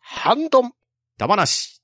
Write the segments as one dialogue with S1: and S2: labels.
S1: ハンドン。
S2: ダバなし。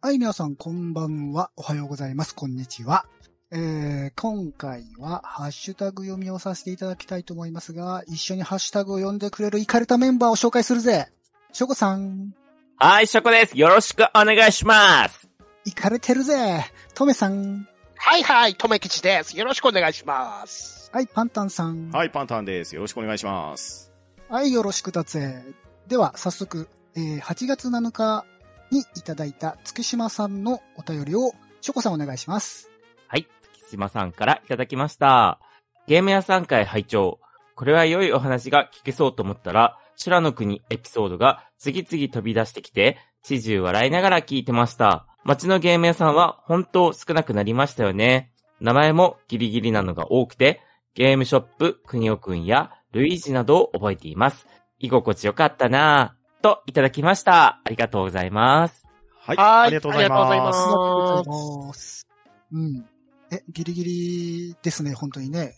S3: はい、皆さん、こんばんは。おはようございます。こんにちは。えー、今回は、ハッシュタグ読みをさせていただきたいと思いますが、一緒にハッシュタグを読んでくれるイカれたメンバーを紹介するぜ。しょこさん、
S4: はい、ショコです。よろしくお願いします。
S3: イカれてるぜ。とめさん、
S1: はいはい、とめきちです。よろしくお願いします。
S3: はい、パンタンさん。
S2: はい、パンタンです。よろしくお願いします。
S3: はい、よろしくだぜ。では、早速、えー8月7日にいただいた月島さんのお便りを、しょこさんお願いします。
S4: はい、月島さんからいただきました。ゲーム屋さん会拝聴。これは良いお話が聞けそうと思ったら、修羅の国エピソードが次々飛び出してきて、知事笑いながら聞いてました。街のゲーム屋さんは本当少なくなりましたよね。名前もギリギリなのが多くて、ゲームショップ、クニオくんやルイージなどを覚えています。居心地よかったなぁ、といただきました。ありがとうございます。
S2: はい、
S1: はい
S2: ありがとうござい
S1: ありがとうご
S2: ま
S1: ざい
S2: す
S1: ま。
S3: ありがとうございます。うん。え、ギリギリですね、本当にね。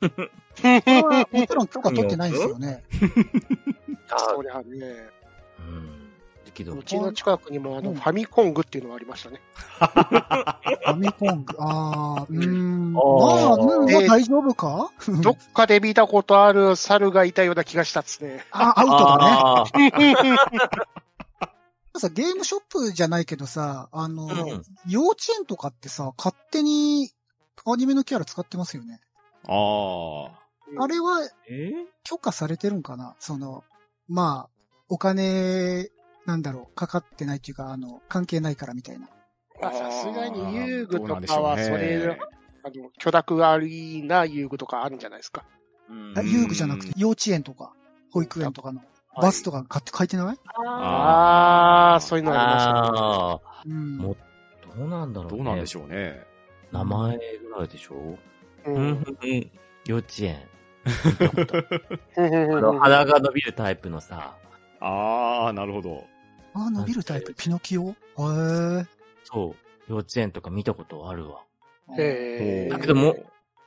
S3: これはもちろん許可取ってないんですよね。
S1: そりゃね、
S4: うん。だけど
S1: うちの近くにもあの、ファミコングっていうのがありましたね。
S3: ファミコング。あー、うーん。ま
S4: あー
S3: あ、うんまあ
S1: で
S3: 大丈夫か
S1: どっかで見たことある猿がいたような気がしたっすね。
S3: あ、アウトだね。
S4: あー
S3: さ、ゲームショップじゃないけどさ、あの、
S4: うん
S3: 幼稚園とかってさ、勝手にアニメのキャラ使ってますよね。
S2: あ
S3: あれは
S4: え
S3: 許可されてるんかなその、まあ、お金、なんだろう、かかってないっていうか、あの、関係ないからみたいな。
S1: まあさすが
S2: あ。
S1: に遊具
S2: どうな
S1: と
S2: んでし
S1: か
S2: ょう
S1: は、
S2: ね
S1: それ、あの、許諾ありな遊具とかあるんじゃないですか。
S3: あ遊具じゃなくて、幼稚園とか、保育園とかの、バスとか買って書いてない
S1: ああ、そういうのがありましたね。
S4: ああ、
S3: うん。
S4: もどうなんだろう、ね。
S2: どうなんでしょうね。
S4: 名前ぐらいでしょ
S1: う
S4: う、うんん、うん。幼稚園。
S1: うんうん
S4: あ
S1: うんうん
S4: の、鼻が伸びるタイプのさ、
S2: ああ、なるほど。
S3: あー、伸びるタイプ、ピノキオへー
S4: そう、幼稚園とか見たことあるわ。
S1: へー
S4: だけども、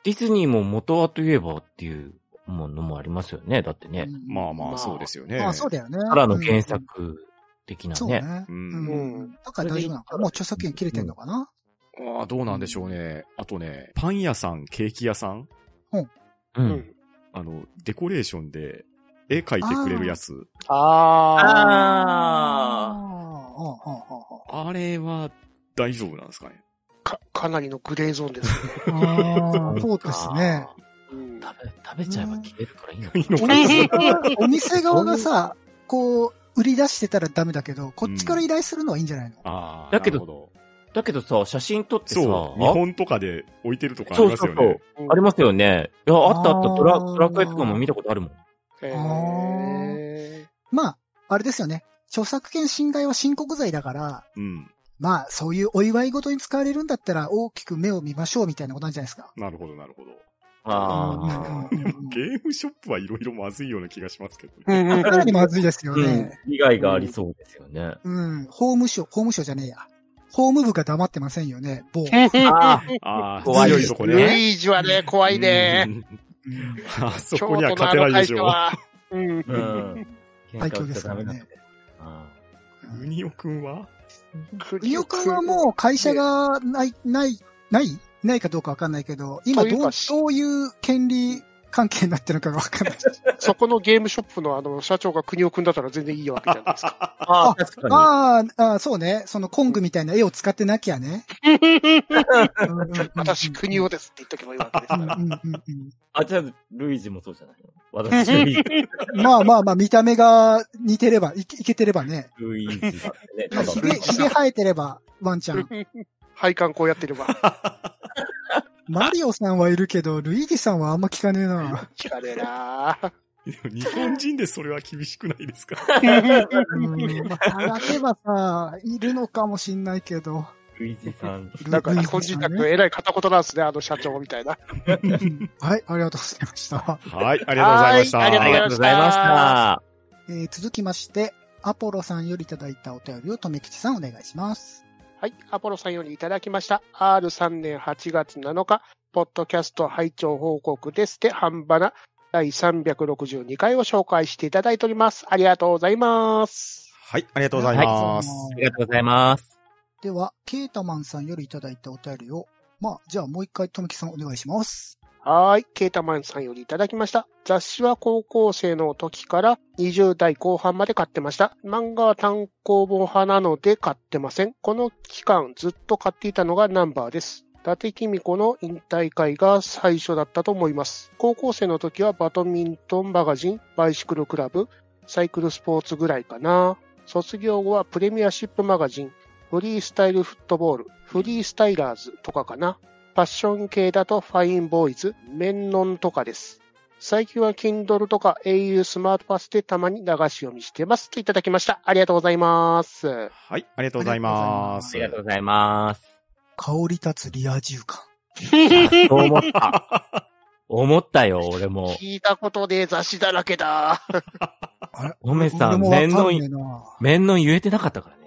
S4: ディズニーも元はといえばっていうものもありますよね。だってね。
S2: まあ
S1: ま
S2: ま
S1: あ
S2: あ、そうですよね。
S3: あ、まあそうだよね。
S4: からの原作的な
S3: そう
S4: ね。
S3: ね。う
S2: うんん。
S1: うん
S3: だから大丈夫なのかもう著作権切れてんのかな、
S2: ああ、どうなんでしょうね。あとね、パン屋さん、ケーキ屋さん、
S4: う。
S1: うんん。
S2: あの、デコレーションで絵描いてくれるやつ。
S1: ああ、
S4: ああ。
S3: ああ、ああ、
S2: あれは大丈夫なんですかね。
S1: か、かなりのグレーゾーンですね。
S3: ああ、そうですね。
S1: うん
S4: 食べ、食べちゃえば消えるからいいのか
S2: いいの
S3: お
S2: かな
S3: 店側お店側がさ、こう、売り出してたらダメだけど、こっちから依頼するのはいいんじゃないの、
S2: ああ。
S4: だけど
S2: なるほ
S4: だけどさ、写真撮ってさ、
S2: そう、見本とかで置いてるとかあります
S4: そ
S2: よ
S4: うそう
S2: ね。
S4: ありますよね。いや、あったあった。ドラ、
S3: あー
S4: ドラクエとかも見たことあるもん。
S1: へー
S3: まあ、あれですよね。著作権侵害は申告罪だから、
S2: うん。
S3: まあ、そういうお祝い事に使われるんだったら大きく目を見ましょうみたいなことなんじゃないですか。
S2: なるほど、なるほど。
S4: あ
S3: うんうんうんうん
S2: ゲームショップはいろいろまずいような気がしますけど
S1: う
S2: ね。
S1: んうん
S3: かなりまずいです
S4: あ。
S3: よ
S4: うん
S3: ね。。
S4: 被害がありそうですよね。
S3: うん。法務省、法務省じゃねえや。法務部が黙ってませんよね、某。
S4: あ
S2: ああ、
S4: 怖い
S2: 強
S4: で
S2: い
S4: すね
S2: とこ
S1: ル
S2: ね。
S1: イージはね、怖いね。
S2: うん。あそこには勝てないでしょう。
S1: 京都のあの会社は。うん。
S4: うん。
S3: 愛嬌ですからね
S4: 喧嘩売っちゃダメなんだよ。あ
S2: うにおくんは
S3: ニオ君はもう会社がない、ない、ないないかどうかわかんないけど、今
S1: という
S3: どう
S1: かし、
S3: どういう権利関係になってるのかがわかんない。
S1: そこのゲームショップのあの、社長が国尾くんだったら全然いいわけじゃないですか。
S4: あー、確か
S3: あーあー、そうね。そのコングみたいな絵を使ってなき ゃね。うんうんうん
S1: 私、国尾ですって言っとけばいいわけですか
S3: うん
S1: ら。
S3: うんうんう
S4: あ、じゃあ、ルイージもそうじゃないの私、ルイー
S3: ん
S4: ジ。
S3: まあまあまあ、見た目が似てれば、いけいけてればね。
S4: ルイージだってね。ただ
S3: ひげ、ひげ生えてれば、ワンちゃん。
S1: 配管こうやってれば、
S3: マリオさんはいるけど、ルイージさんはあんま聞かねえな。
S1: 聞かねえな ぁ
S2: でも日本人でそれは厳しくないですか
S3: うん、まあ、探せばさ、いるのかもしんないけど。
S4: ルイージさん。
S1: なんか、日本人だとえらい片言なんですね、あの社長みたいな。
S3: はい、ありがとうございました。
S2: はい、ありがとうございました。
S1: はいありがとうございました
S4: た。
S3: えー続きまして、アポロさんよりいただいたお便りを、とめきちさんお願いします。
S1: はい、アポロさんよりいただきました。R3 年8月7日、ポッドキャスト拝聴報告ですで、半ばな第362回を紹介していただいております。ありがとうございます。
S2: はい、ありがとうございます。
S3: あ
S4: あ
S3: り
S4: り
S3: が
S4: が
S3: と
S4: とうございます。
S3: うでは、ケータマンさんよりいただいたお便りを、まあ、じゃあもう一回、とめきさんお願いします。
S1: はーい。ケータマンさんよりいただきました。雑誌は高校生の時から20代後半まで買ってました。漫画は単行本派なので買ってません。この期間ずっと買っていたのがナンバーです。伊達公子の引退会が最初だったと思います。高校生の時はバドミントンマガジン、バイシクルクラブ、サイクルスポーツぐらいかな。卒業後はプレミアシップマガジン、フリースタイルフットボール、フリースタイラーズとかかな。ファッション系だとファインボーイズ、メンノンとかです。最近は Kindle とか au スマートパスでたまに流し読みしてます。といただきました。ありがとうございます。
S2: はい、ありがとうございま
S4: あ
S2: す。
S4: りがとうございます。
S3: 香り立つリア充感。
S4: そう思った。思ったよ、俺も。
S1: 聞いたことで雑誌だらけだ。
S3: あれ
S4: おめさ
S3: 俺
S4: ん、
S3: もわかん
S4: 面の
S3: ねえな。
S4: 面の言えてなかったからね。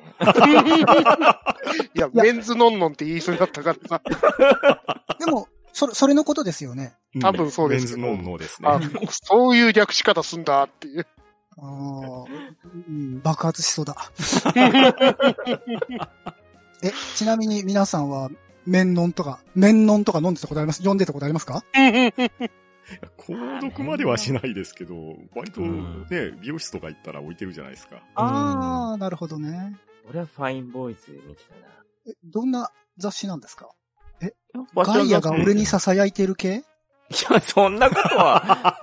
S1: いや、メンズノンノンって言いそうだったから さ。
S3: でも、それ、それのことですよね。
S2: うん
S1: 多分そうですけど
S2: メンズノンノですね。
S1: あ、そういう略し方すんだっていう。
S3: あーうん、爆発しそう だ。え、ちなみに皆さんは、麺のんとか、麺のんとか飲んでたことあります読んでたことありますか
S2: 購読まではしないですけど、割と
S4: うん
S2: ね、美容室とか行ったら置いてるじゃないですか。
S3: ああ、なるほどね。
S4: 俺はファインボーイズ見てたな。
S3: えどんな雑誌なんですか
S4: ファ
S3: ガ
S4: ッション
S3: イアが俺 に囁いてる系
S4: いや、そんなこと は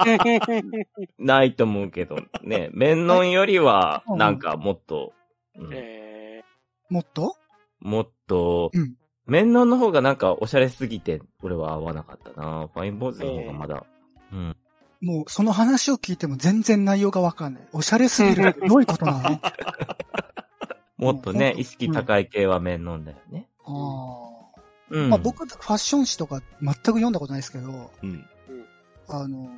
S4: ないと思うけど、ね、面のよりは、なんかもっと、うん
S1: え
S3: もっと
S4: もっと
S3: うん、
S4: 面のの方がなんかおしゃれすぎて、俺は合わなかったな。ファインボーイズの方がまだ。うん。
S3: もう、その話を聞いても全然内容がわかんない。おしゃれすぎるってどういうこと なのあ
S4: もっと
S3: もう
S4: ね
S3: ほん、と
S4: 意識高い系は面のんだよね。
S3: あ
S4: う
S3: ー。
S4: ん。
S3: まあ僕、ファッション誌とか全く読んだことないですけど、
S2: うん。
S3: あの、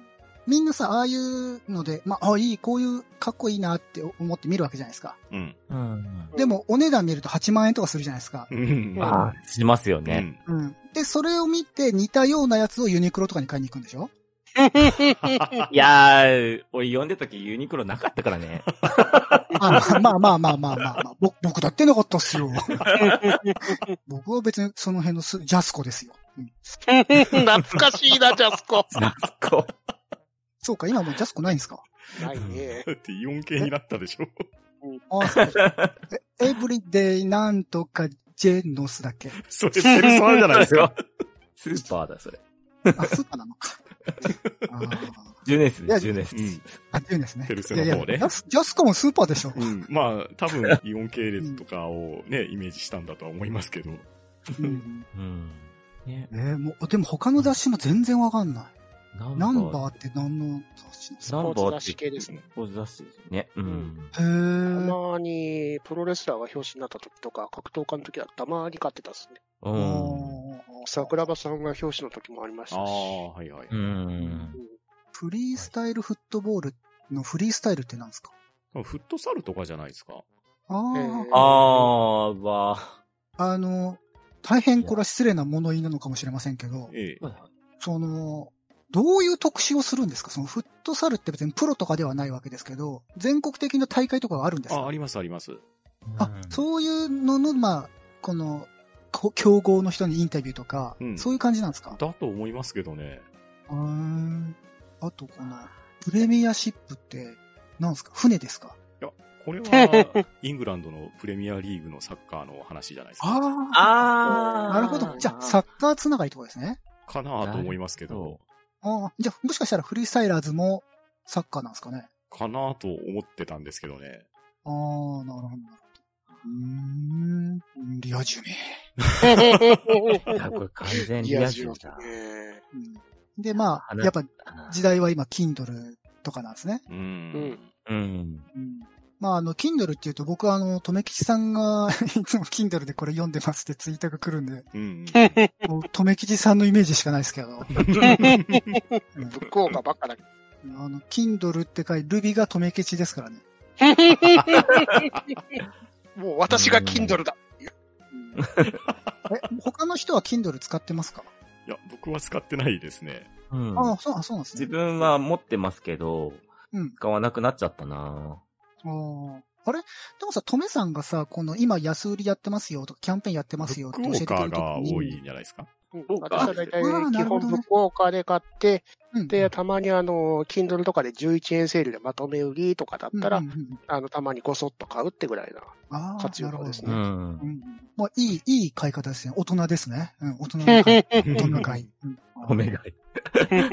S3: みんなさ、ああいうので、まあ、あ、いい、こういう、かっこいいなって思って見るわけじゃないですか。
S2: うん。
S4: うん。
S3: でも、お値段見ると8万円とかするじゃないですか。
S2: うん。
S4: ああ、しますよね。
S3: うん。で、それを見て似たようなやつをユニクロとかに買いに行くんでしょ
S4: いやー、俺読んでた時ユニクロなかったから ね。
S3: あまあまあまあまあまあまあ、僕僕だってなかったっすよ。僕は別にその辺のすジャスコですよ。うん
S1: ー懐かしいな、ジャスコ。
S4: こう
S3: そうか、今もうジャスコないんですか
S1: ないね。
S2: だってイオン系になったでしょ。
S3: あそうかえエブリデイなんとかジェノスだっけ
S2: それ、セルスあるじゃないですか。
S4: スーパーだ、それ。
S3: あ、スーパーなのか。あー
S4: ジュネス
S3: いや
S4: です、ジュネス。
S2: うん
S3: あ、ジェノスね。
S2: セルスの方
S3: い
S2: ね
S3: やいやジャスジャスコもスーパーでしょ。
S2: うん。まあ、多分、イオン系列とかをね、イメージしたんだとは思いますけど。
S3: うん
S4: うん。ね、
S3: えーもう、でも他の雑誌も全然わかんない。
S4: ナン
S3: ナンバー
S4: ー
S3: って何の雑誌なんですか
S4: ナンバー
S1: スポーツ雑誌系です
S4: ね。スポーツ雑誌ですよね。うん。
S3: へ
S1: た
S3: ー。
S1: まに、プロレスラーが表紙になった時とか、格闘家の時はたまに買ってたですね。
S4: うん。
S1: 桜庭さんが表紙の時もありまし
S2: あ
S1: たし。
S2: あ、はいはい。
S4: うん。
S3: フリースタイルフットボールのフリースタイルって何ですか
S2: フットサルとかじゃないですか。
S3: あー、
S1: えー
S4: あー、ば
S3: あの、大変これは失礼な物言いなのかもしれませんけど、
S2: ええ。
S3: その、どういう特集をするんですかそのフットサルって別にプロとかではないわけですけど、全国的な大会とかはあるんです
S2: あ、
S3: か
S2: ありますあります。
S3: あそういうのの、まあ、この、こ競合の人にインタビューとか、
S2: うん
S3: そういう感じなんですか
S2: だと思いますけどね。
S3: うーんあとこの、プレミアシップって、なんですか船ですか
S2: いや、これは、イングランドのプレミアリーグのサッカーの話じゃないですか。
S4: あー
S3: なるほど。じゃあ、サッカーつながりってことですね。
S2: かなと思いますけど、
S3: ああ、じゃあ、もしかしたらフリースタイラーズもサッカーなんですかね。
S2: かなと思ってたんですけどね。
S3: ああ、なるほど、なるほど。うーん、リア充ね。
S4: いやこれ完全リ
S1: リア
S4: ア
S1: 充
S4: 充
S1: だ
S4: だ。
S1: ね。
S3: うん、で、まあ、
S4: 花
S3: やっぱ時代は今、Kindle とかなんですね。
S2: う
S1: うんん。
S4: うん。
S3: うん、まあ、あの、Kindle っていうと、僕はあの、とめきちさんが いつも Kindle でこれ読んでますってツイートが来るんで、
S2: うん。
S3: もう、とめきちさんのイメージしかないですけど、 うん
S1: ぶっこうがばっかだけど。
S3: あの、Kindle って書いて、Ruby がとめきちですからね。
S1: もう私が Kindle だ。
S3: うんえ、他の人は Kindle 使ってますか、
S2: いや、僕は使ってないですね。
S4: うん
S3: ああ、そう、あそうなんです
S4: 自
S3: ね。
S4: 分は持ってますけど、
S3: うん
S4: 使わなくなっちゃったな
S3: あーあれでもさ、とめさんがさ、この今安売りやってますよとか、キャンペーンやってますよって
S2: 福
S3: 教えてくれ
S2: 岡
S3: るとき
S2: が
S3: に。
S2: 多いんじゃないですか。
S1: うん
S4: そうか
S1: 私は大体
S3: あーな
S1: 基
S3: るほど
S1: 本
S3: ね
S1: 福岡で買って、
S3: うん。
S1: で、たまにあの、Kindle とかで11円セールでまとめ売りとかだったら、
S3: うんうんうん
S1: あの、たまにごそっと買うってぐらいな。
S3: ああ、
S1: 活用
S3: なるほど
S1: です
S4: う
S1: ね
S3: うん
S4: ん。
S3: うんまあ、いい、いい買い方ですね。大人ですね。うん、大人の買い。大人の買い。うん
S4: お願い。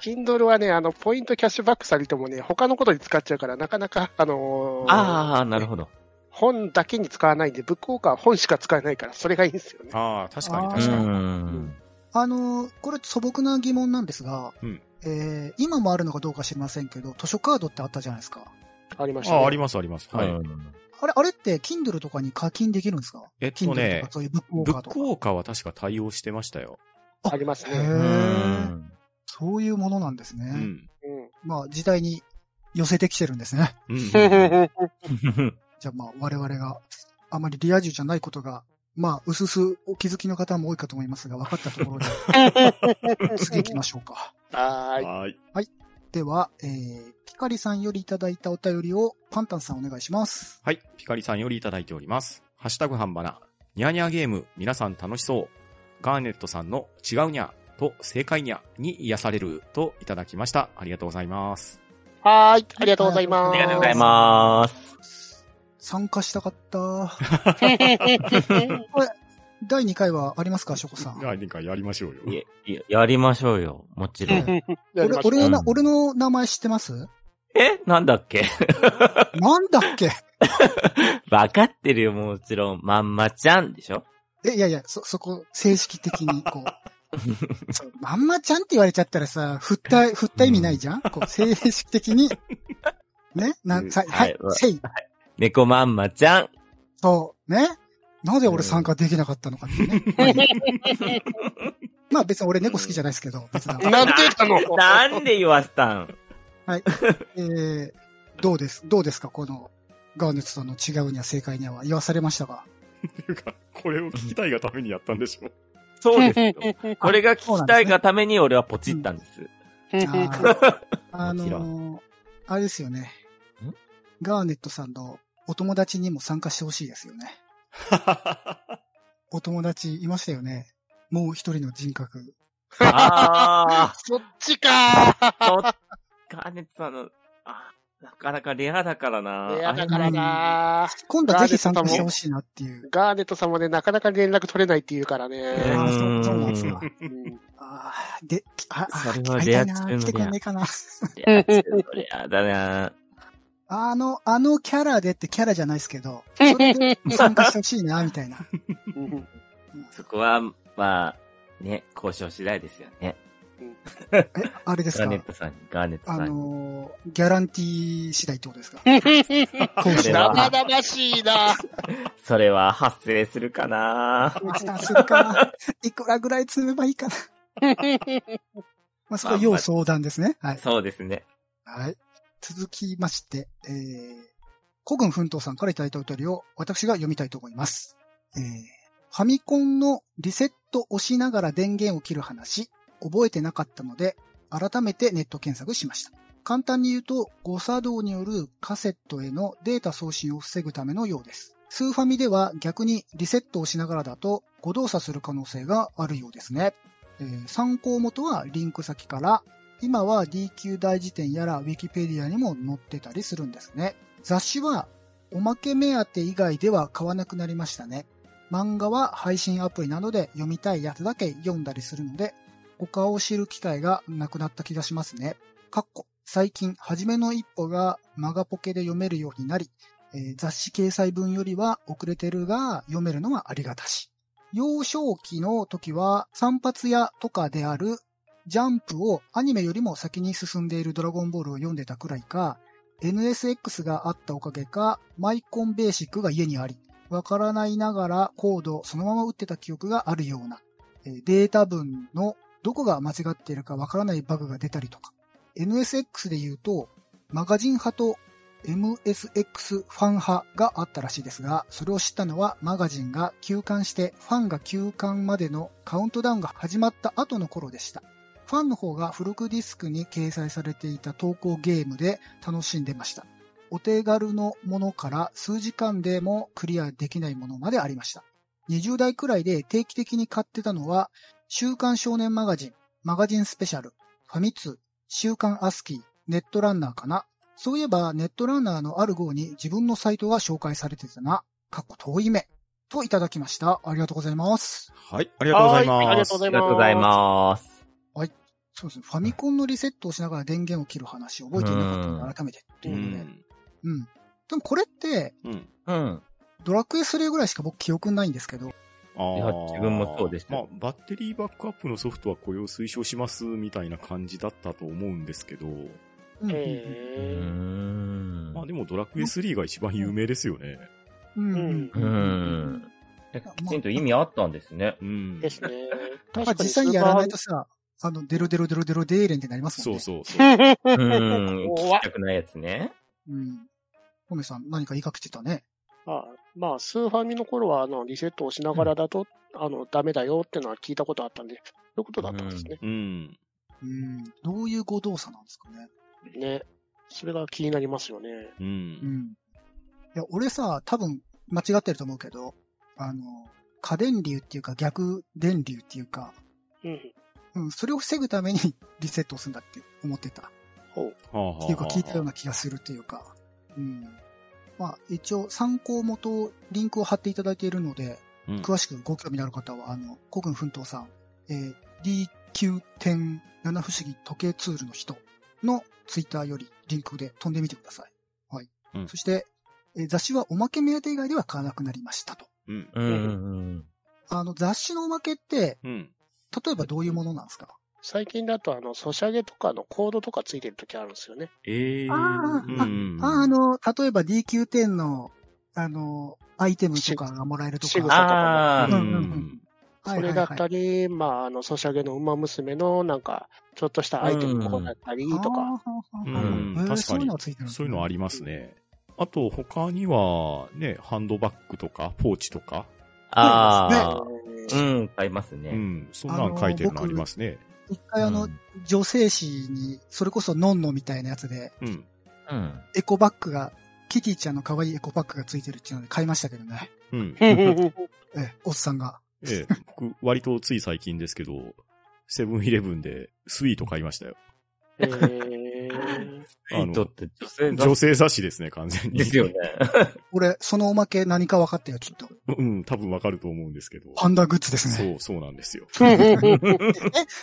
S1: Kindle はね、あの、ポイントキャッシュバックされてもね、他のことに使っちゃうから、なかなか、あのー
S4: ああ、なるほど。
S1: 本だけに使わないんで、ブックオーカーは本しか使えないから、それがいいんですよね。
S2: ああ、確かに
S3: あ
S4: う
S2: 確かに。
S4: ん。
S3: あのーこれ素朴な疑問なんですが、
S2: うん
S3: えー今もあるのかどうか知りませんけど、図書カードってあったじゃないですか。
S1: ありました、
S2: あ
S1: ね。
S2: あ、ありますあります。はい。
S4: うん
S3: あれ、あれって、Kindle とかに課金できるんですか
S2: えっ
S3: Kindle
S2: とね
S3: とか、そういうブックオ
S2: ブ
S3: ーカー
S2: ッ
S3: と
S2: ク
S3: か。
S2: オーカーは確か対応してましたよ。
S1: あります
S3: へ
S1: ね。
S4: う
S3: ー
S4: ん
S3: そういうものなんですね。
S2: うん。
S1: うん。
S3: まあ、時代に寄せてきてるんですね。
S2: うん。
S3: じゃあまあ、我々があまりリア充じゃないことが、まあ、うすすお気づきの方も多いかと思いますが、分かったと ころで、次行きましょうか。
S1: はーい。
S2: はい。
S3: では、えー、ピカリさんよりいただいたお便りを、パンタンさんお願いします。
S2: はい。ピカリさんよりいただいております。ハッシュタグ半ばな。ニャーニャーゲーム、皆さん楽しそう。ガーネットさんの違うにゃと正解にゃに癒されるといただきました。ありがとうございます。
S1: はーい。ありがとうございます。
S4: ありがとうございます。
S3: 参加したかった。 これ、第2回はありますか、ショコさん。
S2: あ、なんかやりましょうよ
S4: いえいややりましょうよ。もちろん。
S1: やり
S3: 俺
S1: まし、た
S3: 俺のな
S4: うん
S3: 俺の名前知ってます
S4: えなんだっけ
S3: なんだっけ
S4: わかってるよ、もちろん。まんまちゃんでしょ
S3: え、いやいや、そ、そこ、正式的に、こ う。そうまんまちゃんって言われちゃったらさ、振った、振った意味ないじゃんこう、正式的に。ねな、さ、
S4: うん
S3: はい
S4: は、い
S3: せい。
S4: 猫まんまちゃん。
S3: そう、ねなぜ俺参加できなかったのかってね。まあいい まあ別に俺猫好きじゃないですけど、別に。
S1: なんでなの
S4: なんで言わせたん
S3: えー、どうです、どうですかこの、ガーネットさんの違うには正解には言わされましたが。
S2: ていうか、 これを聞きたいがためにやったんで しょ。
S4: そうですよ。これが聞きたいがために俺はポチったんです。
S3: あーあ
S4: もちろ
S3: のーあれですよね
S4: ん。
S3: ガーネットさんのお友達にも参加してほしいですよね。お友達いましたよね。もう一人の人格。
S4: あ
S1: そっちか
S4: あ、ちょっと、ガーネットさんの、あなかなかレアだからな。
S1: ー。いや、だからなー
S3: 今度はぜひ参加してほしいなっていう。
S1: ガーネットさんもね、なかなか連絡取れないって言うから
S4: あ
S3: あ
S4: れ
S1: ね。
S4: は
S3: あ
S4: ね
S3: ー、そうそうなんです
S4: う
S3: か。
S1: うん
S3: ああ、で、あ、あ、
S4: それは
S3: 会いたい
S4: レア中の
S3: な
S4: レア
S3: 来てくれないかな。
S4: レア中のレアだな。
S3: あの、あのキャラでってキャラじゃないですけど、それで参加してほしいな、みたいな。
S1: うん
S4: そこは、まあ、ね、交渉次第ですよね。
S3: え、あれです
S4: ガー
S3: か
S4: ネットさんに、ガーネット
S3: あ
S4: さんに。
S3: のー、ギャランティー次第ってことですかこうし
S4: れは
S1: 生々しいな。
S4: それは発生するかな。
S3: 負担するかないくらぐらい積めばいいかなまあ、そこは要相談ですね。はい。
S4: そうですね。
S3: はい。続きまして、えー、古軍奮闘さんからいただいたお便りを私が読みたいと思います。えー、ファミコンのリセット押しながら電源を切る話、覚えてなかったので、改めてネット検索しました。簡単に言うと、誤作動によるカセットへのデータ送信を防ぐためのようです。スーファミでは逆にリセットをしながらだと誤動作する可能性があるようですね。えー参考元はリンク先から今は DQ 大辞典やら Wikipedia にも載ってたりするんですね。雑誌はおまけ目当て以外では買わなくなりましたね。漫画は配信アプリなどで読みたいやつだけ読んだりするので、他を知る機会がなくなった気がしますね。かっこ最近、初めの一歩がマガポケで読めるようになり、えー雑誌掲載分よりは遅れてるが読めるのはありがたし。幼少期の時は散髪屋とかであるジャンプをアニメよりも先に進んでいるドラゴンボールを読んでたくらいか、 NSX があったおかげか、マイコンベーシックが家にあり、わからないながらコードをそのまま打ってた記憶があるような、えーデータ文のどこが間違っているかわからないバグが出たりとか、NSX で言うと、マガジン派と MSX ファン派があったらしいですが、それを知ったのはマガジンが休刊してファンが休刊までのカウントダウンが始まった後の頃でした。ファンの方が付録ディスクに掲載されていた投稿ゲームで楽しんでました。お手軽のものから数時間でもクリアできないものまでありました。20代くらいで定期的に買ってたのは、週刊少年マガジン、マガジンスペシャル、ファミ通、週刊アスキー、ネットランナーかな。そういえば、ネットランナーのある号に自分のサイトが紹介されてたな。かっこ遠い目。といただきました。ありがとうございます。
S2: はい、ありがとうございます。
S1: はいありがとうご
S4: あ
S1: ざい
S4: りがとうございます。
S3: そうですね。ファミコンのリセットをしながら電源を切る話、覚えていなかったの
S4: うん
S3: で改めてって
S2: う
S3: いうので。
S2: ん。
S3: うん。でもこれって、
S2: うん。
S4: うん。
S3: ドラクエ3ぐらいしか僕記憶ないんですけど、
S2: あー
S4: いや自分もそうでした
S2: まあ、バッテリーバックアップのソフトはこれを推奨しますみたいな感じだったと思うんですけど、
S3: うん
S4: うー
S1: え
S4: ん
S2: まあでもドラクエ3が一番有名ですよね。
S3: うんうん
S4: う
S3: うん
S4: ん。えきちんと意味あったんですね。
S2: うん
S1: ー、。ですね。
S3: ま
S1: 確
S3: あ
S1: か
S3: 実
S1: に
S3: 際にやらないとさ、あの、デロデロデロデロデーレンってなります
S2: そ
S3: もん
S2: う
S3: ね。
S2: そう
S1: ス
S2: そう。
S1: ーパ
S4: う
S1: ー。
S4: ーん。聞
S1: 怖
S4: きたくないやつね。
S3: う。うん。コメさん何か言いかけてたね。
S1: あまあ、スーファミの頃は、あの、リセットをしながらだと、あの、ダメだよってのは聞いたことあったんで、そういうことだったんですね。
S2: うん。
S3: うん。どういう誤動作なんですかね。
S1: ね。それが気になりますよね。
S2: う。
S3: うんん。いや、俺さ、多分間違ってると思うけど、あの、過電流っていうか逆電流っていうか、
S1: うん。
S3: うん、それを防ぐために リセットをするんだって思ってた。
S1: ほう。
S2: はあはあはあ
S3: っていうか聞いたような気がするというか、うん。まあ、一応参考元、リンクを貼っていただいているので、
S2: うん
S3: 詳しくご興味のある方は、あの、古軍奮闘さん、えー DQ.7 不思議時計ツールの人のツイッターよりリンクで飛んでみてください。はい。
S2: うん
S3: そして、えー雑誌はおまけ目当て以外では買わなくなりましたと。
S2: うん。
S4: うんうん
S3: あの、雑誌のおまけって、
S2: うん。
S3: 例えばどういうものなんですか
S1: 最近だと、あの、ソシャゲとかのコードとかついてる時あるんですよね。
S2: ええ。
S3: あ
S2: う
S3: ー
S2: ん。
S3: ああの、例えば DQ10 の、あの、アイテムとかがもらえると
S1: シグ
S4: うん。
S1: サ
S3: か。
S4: あ
S2: う。
S4: あ、
S3: うんうん
S1: そ
S3: はいは
S1: れ
S3: い
S1: だ
S3: は
S1: っ
S3: い
S1: たり、まあ、あの、ソシャゲの馬娘の、なんか、ちょっとしたアイテムこうだったりと
S3: あー
S1: か。
S3: ははは
S2: うん
S3: へー
S2: 確かに
S3: そういうのがついてるんだ
S2: そういうのありますね。あと、他には、ね、ハンドバッグとか、ポーチとか、
S4: ああ、
S1: うん
S4: うん、買います
S2: う
S4: ね。
S2: ん、そんなん書いてるのありますね。
S3: 一回あの、
S4: うん
S3: 女性誌に、それこそノンノみたいなやつで、
S2: うん。
S4: うん。
S3: エコバッグが、キティちゃんの可愛いエコバッグがついてるっていうので買いましたけどね。
S2: うん。
S3: ええ、おっさんが。
S2: ええ、僕、割とつい最近ですけど、セブンイレブンでスイート買いましたよ。
S1: えー
S2: あ
S4: 人っ
S2: の、
S4: て女性だ
S2: 女性雑誌ですね、完全に。
S4: です よね。
S3: 俺、そのおまけ何か分かったよ、きっと。
S2: うん、多分わかると思うんですけど。
S3: パンダグッズですね。
S2: そう、そうなんですよ。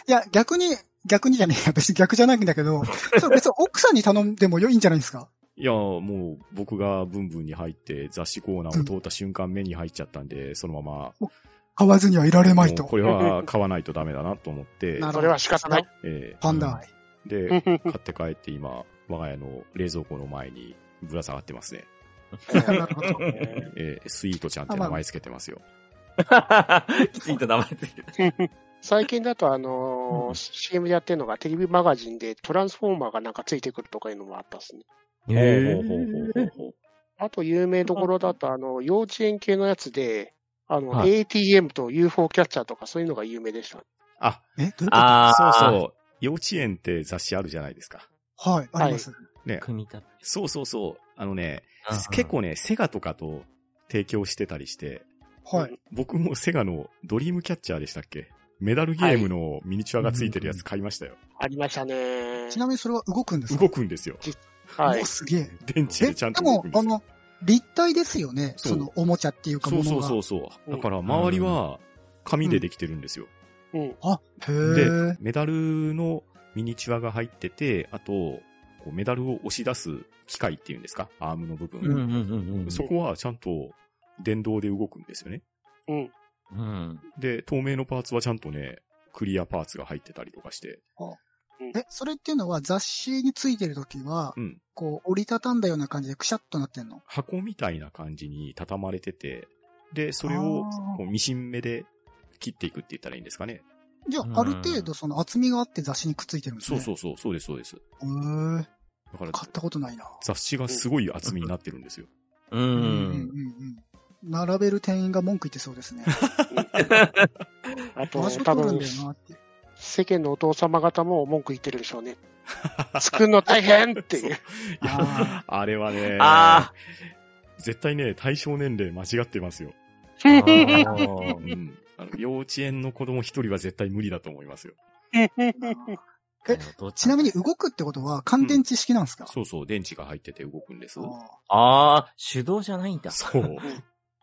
S3: いや、逆に、逆にじゃねえや、別に逆じゃないんだけど、それ別に奥さんに頼んでもよいんじゃないですか。
S2: いや、もう、僕がブンブンに入って雑誌コーナーを通った瞬間目に入っちゃったんで、そのまま、
S3: 買わずにはいられま
S2: も
S3: いうと
S2: こ。れは買わないとダメだなと思って、
S3: な る
S1: それは仕方 ない。
S2: ええ
S3: パンダ愛。
S2: で、
S1: うん
S2: 買って帰って今、我が家の冷蔵庫の前にぶら下がってますね。
S3: なるほど。
S2: えースイートちゃんって名前つけてますよ。
S4: きちんと名前ついてる。
S1: 最近だと、あのー
S4: うん
S1: CM でやってるのがテレビマガジンでトランスフォーマーがなんかついてくるとかいうのもあったですね。
S2: ほうほうほうほうほう
S1: あと有名どころだと、あの、幼稚園系のやつで、あの、
S4: はい
S1: ATM と UFO キャッチャーとかそういうのが有名でした。
S2: あ、
S3: え、どういうこ
S4: ああ、
S2: そうそう。幼稚園って雑誌あるじゃないですか。
S3: とはい、あります。
S2: ね。
S4: 組み立て。
S2: そうそうそう。あのね、結構ね、セガとかと提供してたりして、
S3: はい。
S2: 僕もセガのドリームキャッチャーでしたっけメダルゲームのミニチュアがついてるやつ買いましたよ。
S1: ありましたね。
S3: ちなみにそれは動くんですか
S2: 動くんですよ。
S1: は
S3: お
S1: い
S3: ー。すげえ。
S2: 電池
S3: え、
S2: でちゃん
S3: で
S2: と動
S3: も
S2: くん、で
S3: あ
S2: すよ。
S3: の、立体ですよね。
S2: そう
S3: その、おもちゃっていうか、
S2: そ
S3: も
S2: うそ
S3: の
S2: う
S3: が。
S2: そうそう。だから周りは紙でできてるんですよ。
S1: うん。
S3: あ、へ
S2: で
S3: え。、
S2: メダルのミニチュアが入ってて、あと、こうメダルを押し出す機械っていうんですかアームの部分。
S4: うんうんうんうん。
S2: そこはちゃんと電動で動くんですよね。
S1: うん。
S4: うん。
S2: で、透明のパーツはちゃんとね、クリアパーツが入ってたりとかして
S3: あ、え、それっていうのは雑誌についてるときは、
S2: うん。
S3: こう折りたたんだような感じでくしゃっとなってんの
S2: 箱みたいな感じに畳まれてて、で、それを
S3: あー
S2: こうミシン目で切っていくって言ったらいいんですかね。
S3: じゃ
S4: うん
S3: あ、ある程度その厚みがあって雑誌にくっついてるんです
S2: そう
S3: ね。
S2: そうそう、そうです、そうです。
S3: う。へー
S2: だから、
S3: 買ったことないな。
S2: 雑誌がすごい厚みになってるんですよ。
S4: う。
S3: うんんうん。並べる店員が文句言ってそう ですね。
S1: あと
S3: 場所、
S1: 多
S3: 取るん
S1: 分
S3: だ、よなっていう。
S1: 世間のお父様方も文句言ってるでしょう ね。作るの大変っていう。
S2: いや、あれ はね、
S4: あ
S2: 絶対ね、対象年齢間違ってますよ。
S4: あ
S2: うん。あの幼稚園の子供一人は絶対無理だと思いますよ。
S3: えちなみに動くってことは乾電池式なんですか、
S2: そうそう、電池が入ってて動くんです。
S3: あ
S4: ああ、手動じゃないんだ。
S2: そう。
S3: ー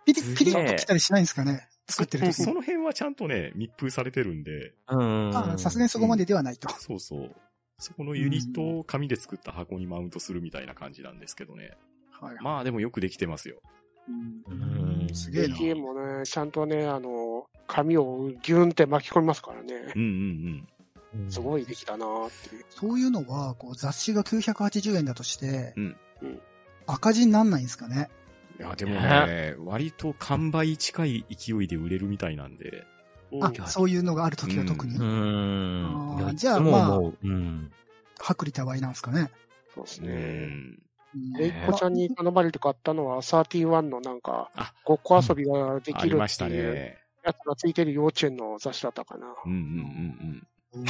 S3: ピリッピリッと来たりしないんですかね作ってるとき
S2: その辺はちゃんとね、密封されてるんで、
S4: うん。
S3: あーさすがにそこまでではないと。
S2: そうそう。そこのユニットを紙で作った箱にマウントするみたいな感じなんですけどね。
S3: はいはい
S2: まあでもよくできてますよ。
S3: うん
S4: うん
S3: すげえな。
S1: ATM もね、ちゃんとね、あの、紙をギュンって巻き込みますからね
S2: う。んうん
S1: すごい出来だなーっていう。
S3: そういうのは、こう雑誌が980円だとして、
S2: うん
S1: うん
S3: 赤字になんないんですかね。
S2: うん。いや、でもね、割と完売近い勢いで売れるみたいなんで、
S1: うん
S3: あ、そういうのがあるときは特に、あ
S4: う
S3: ー
S4: ん。
S3: じゃあ
S4: も
S3: まあ
S4: 思う。うん。
S3: 薄利多売なんですかね。
S1: そうです
S2: う
S1: ね。
S2: ん。
S3: うん
S1: で、いっこちゃんに頼まれて買ったのは、31のなんか
S2: あ、
S1: ごっこ遊びがで
S2: あ
S1: き
S2: り
S1: る
S2: ま
S1: っ
S2: してた
S1: いう
S2: ね。
S1: やつがついてる幼稚園の雑誌だったかな。
S2: うんうん
S3: うんい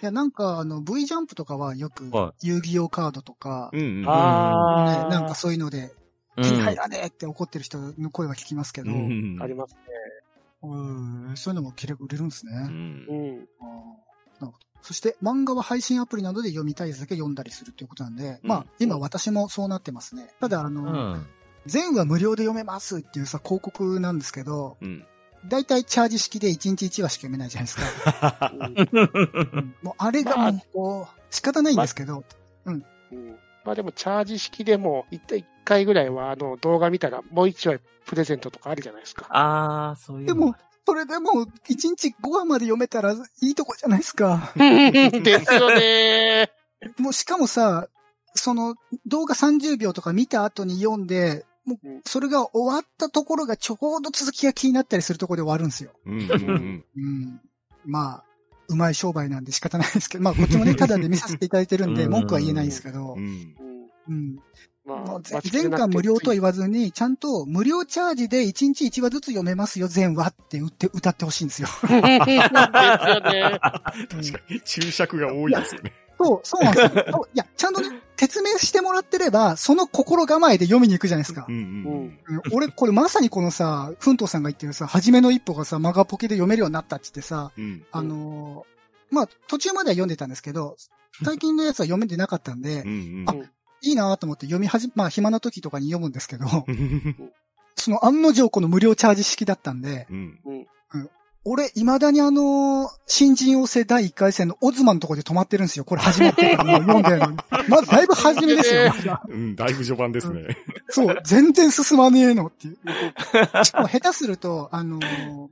S3: や、なんか、あの、V ジャンプとかはよく
S4: は、
S3: 遊戯王カードとか、
S2: うんうん。うんうん。
S1: あー
S3: ね、なんかそういうので、
S4: う
S3: 手に
S4: ん
S3: 入らねえって怒ってる人の声は聞きますけど、
S2: うんうん
S1: ありますね。
S3: うんそういうのも切れ売れるんですね。
S2: う
S3: あ
S2: ん
S1: う。ん。
S3: ーなるほどそして、漫画は配信アプリなどで読みたいやつだけ読んだりするということなんで、
S2: うん
S3: まあ、今私もそうなってますね。ただ、あ
S4: う
S3: の、
S4: ん。
S3: 全話無料で読めますっていうさ、広告なんですけど、
S2: うん。
S3: だいたいチャージ式で1日1話しか読めないじゃないですか。
S1: うん
S3: もうあれがもうこう、仕方ないんですけど、
S1: うんまあでも、チャージ式でも、一回一回ぐらいは、あの、動画見たら、もう一話プレゼントとかあるじゃないですか。。
S4: ああ、そういう。
S3: でも、それでも1日5話まで読めたらいいとこじゃないですか
S1: ですよね
S3: もうしかもさ、その動画30秒とか見た後に読んで、もうそれが終わったところがちょうど続きが気になったりするところで終わるんですよ。
S2: うんうんうん。
S3: うん。まあ、うまい商売なんで仕方ないですけど、まあこっちもね、ただで見させていただいてるんで、
S4: うん
S3: 文句は言えないんですけど
S2: う、ん
S1: ー。うん
S3: うん。
S1: ま
S3: も
S1: あ
S3: うぜ、全巻無料とは言わずに、ちゃんと無料チャージで1日1話ずつ読めますよ、全話って打って歌ってほしいんですよ。
S1: 言わですよね。
S2: 確かに、注釈が多いで すよね。
S3: そう、 そうなんですよ。そういや、ちゃんとね、説明してもらってれば、その心構えで読みに行くじゃないですか
S2: う。んうんうん。
S3: うん俺、これまさにこのさ、ふんとうさんが言ってるさ、初めの一歩がさ、マガポケで読めるようになったって言ってさ、
S2: うん。
S3: あのーまあ、途中までは読んでたんですけど、最近のやつは読めてなかったんで
S2: う、ん
S3: いいなと思って読み始め、まあ、暇な時とかに読むんですけど、
S2: うん。
S3: その案の定この無料チャージ式だったんで、
S2: うん。
S3: 俺、未だにあのー、新人王戦第1回戦のオズマンのとこで止まってるんですよ。これ始まってるからもう読んだよ、ね。まだだいぶ初めですよ。まだ
S2: うん、だいぶ序盤ですね。
S3: そう、全然進まねえのっていう。しかも下手すると、あのー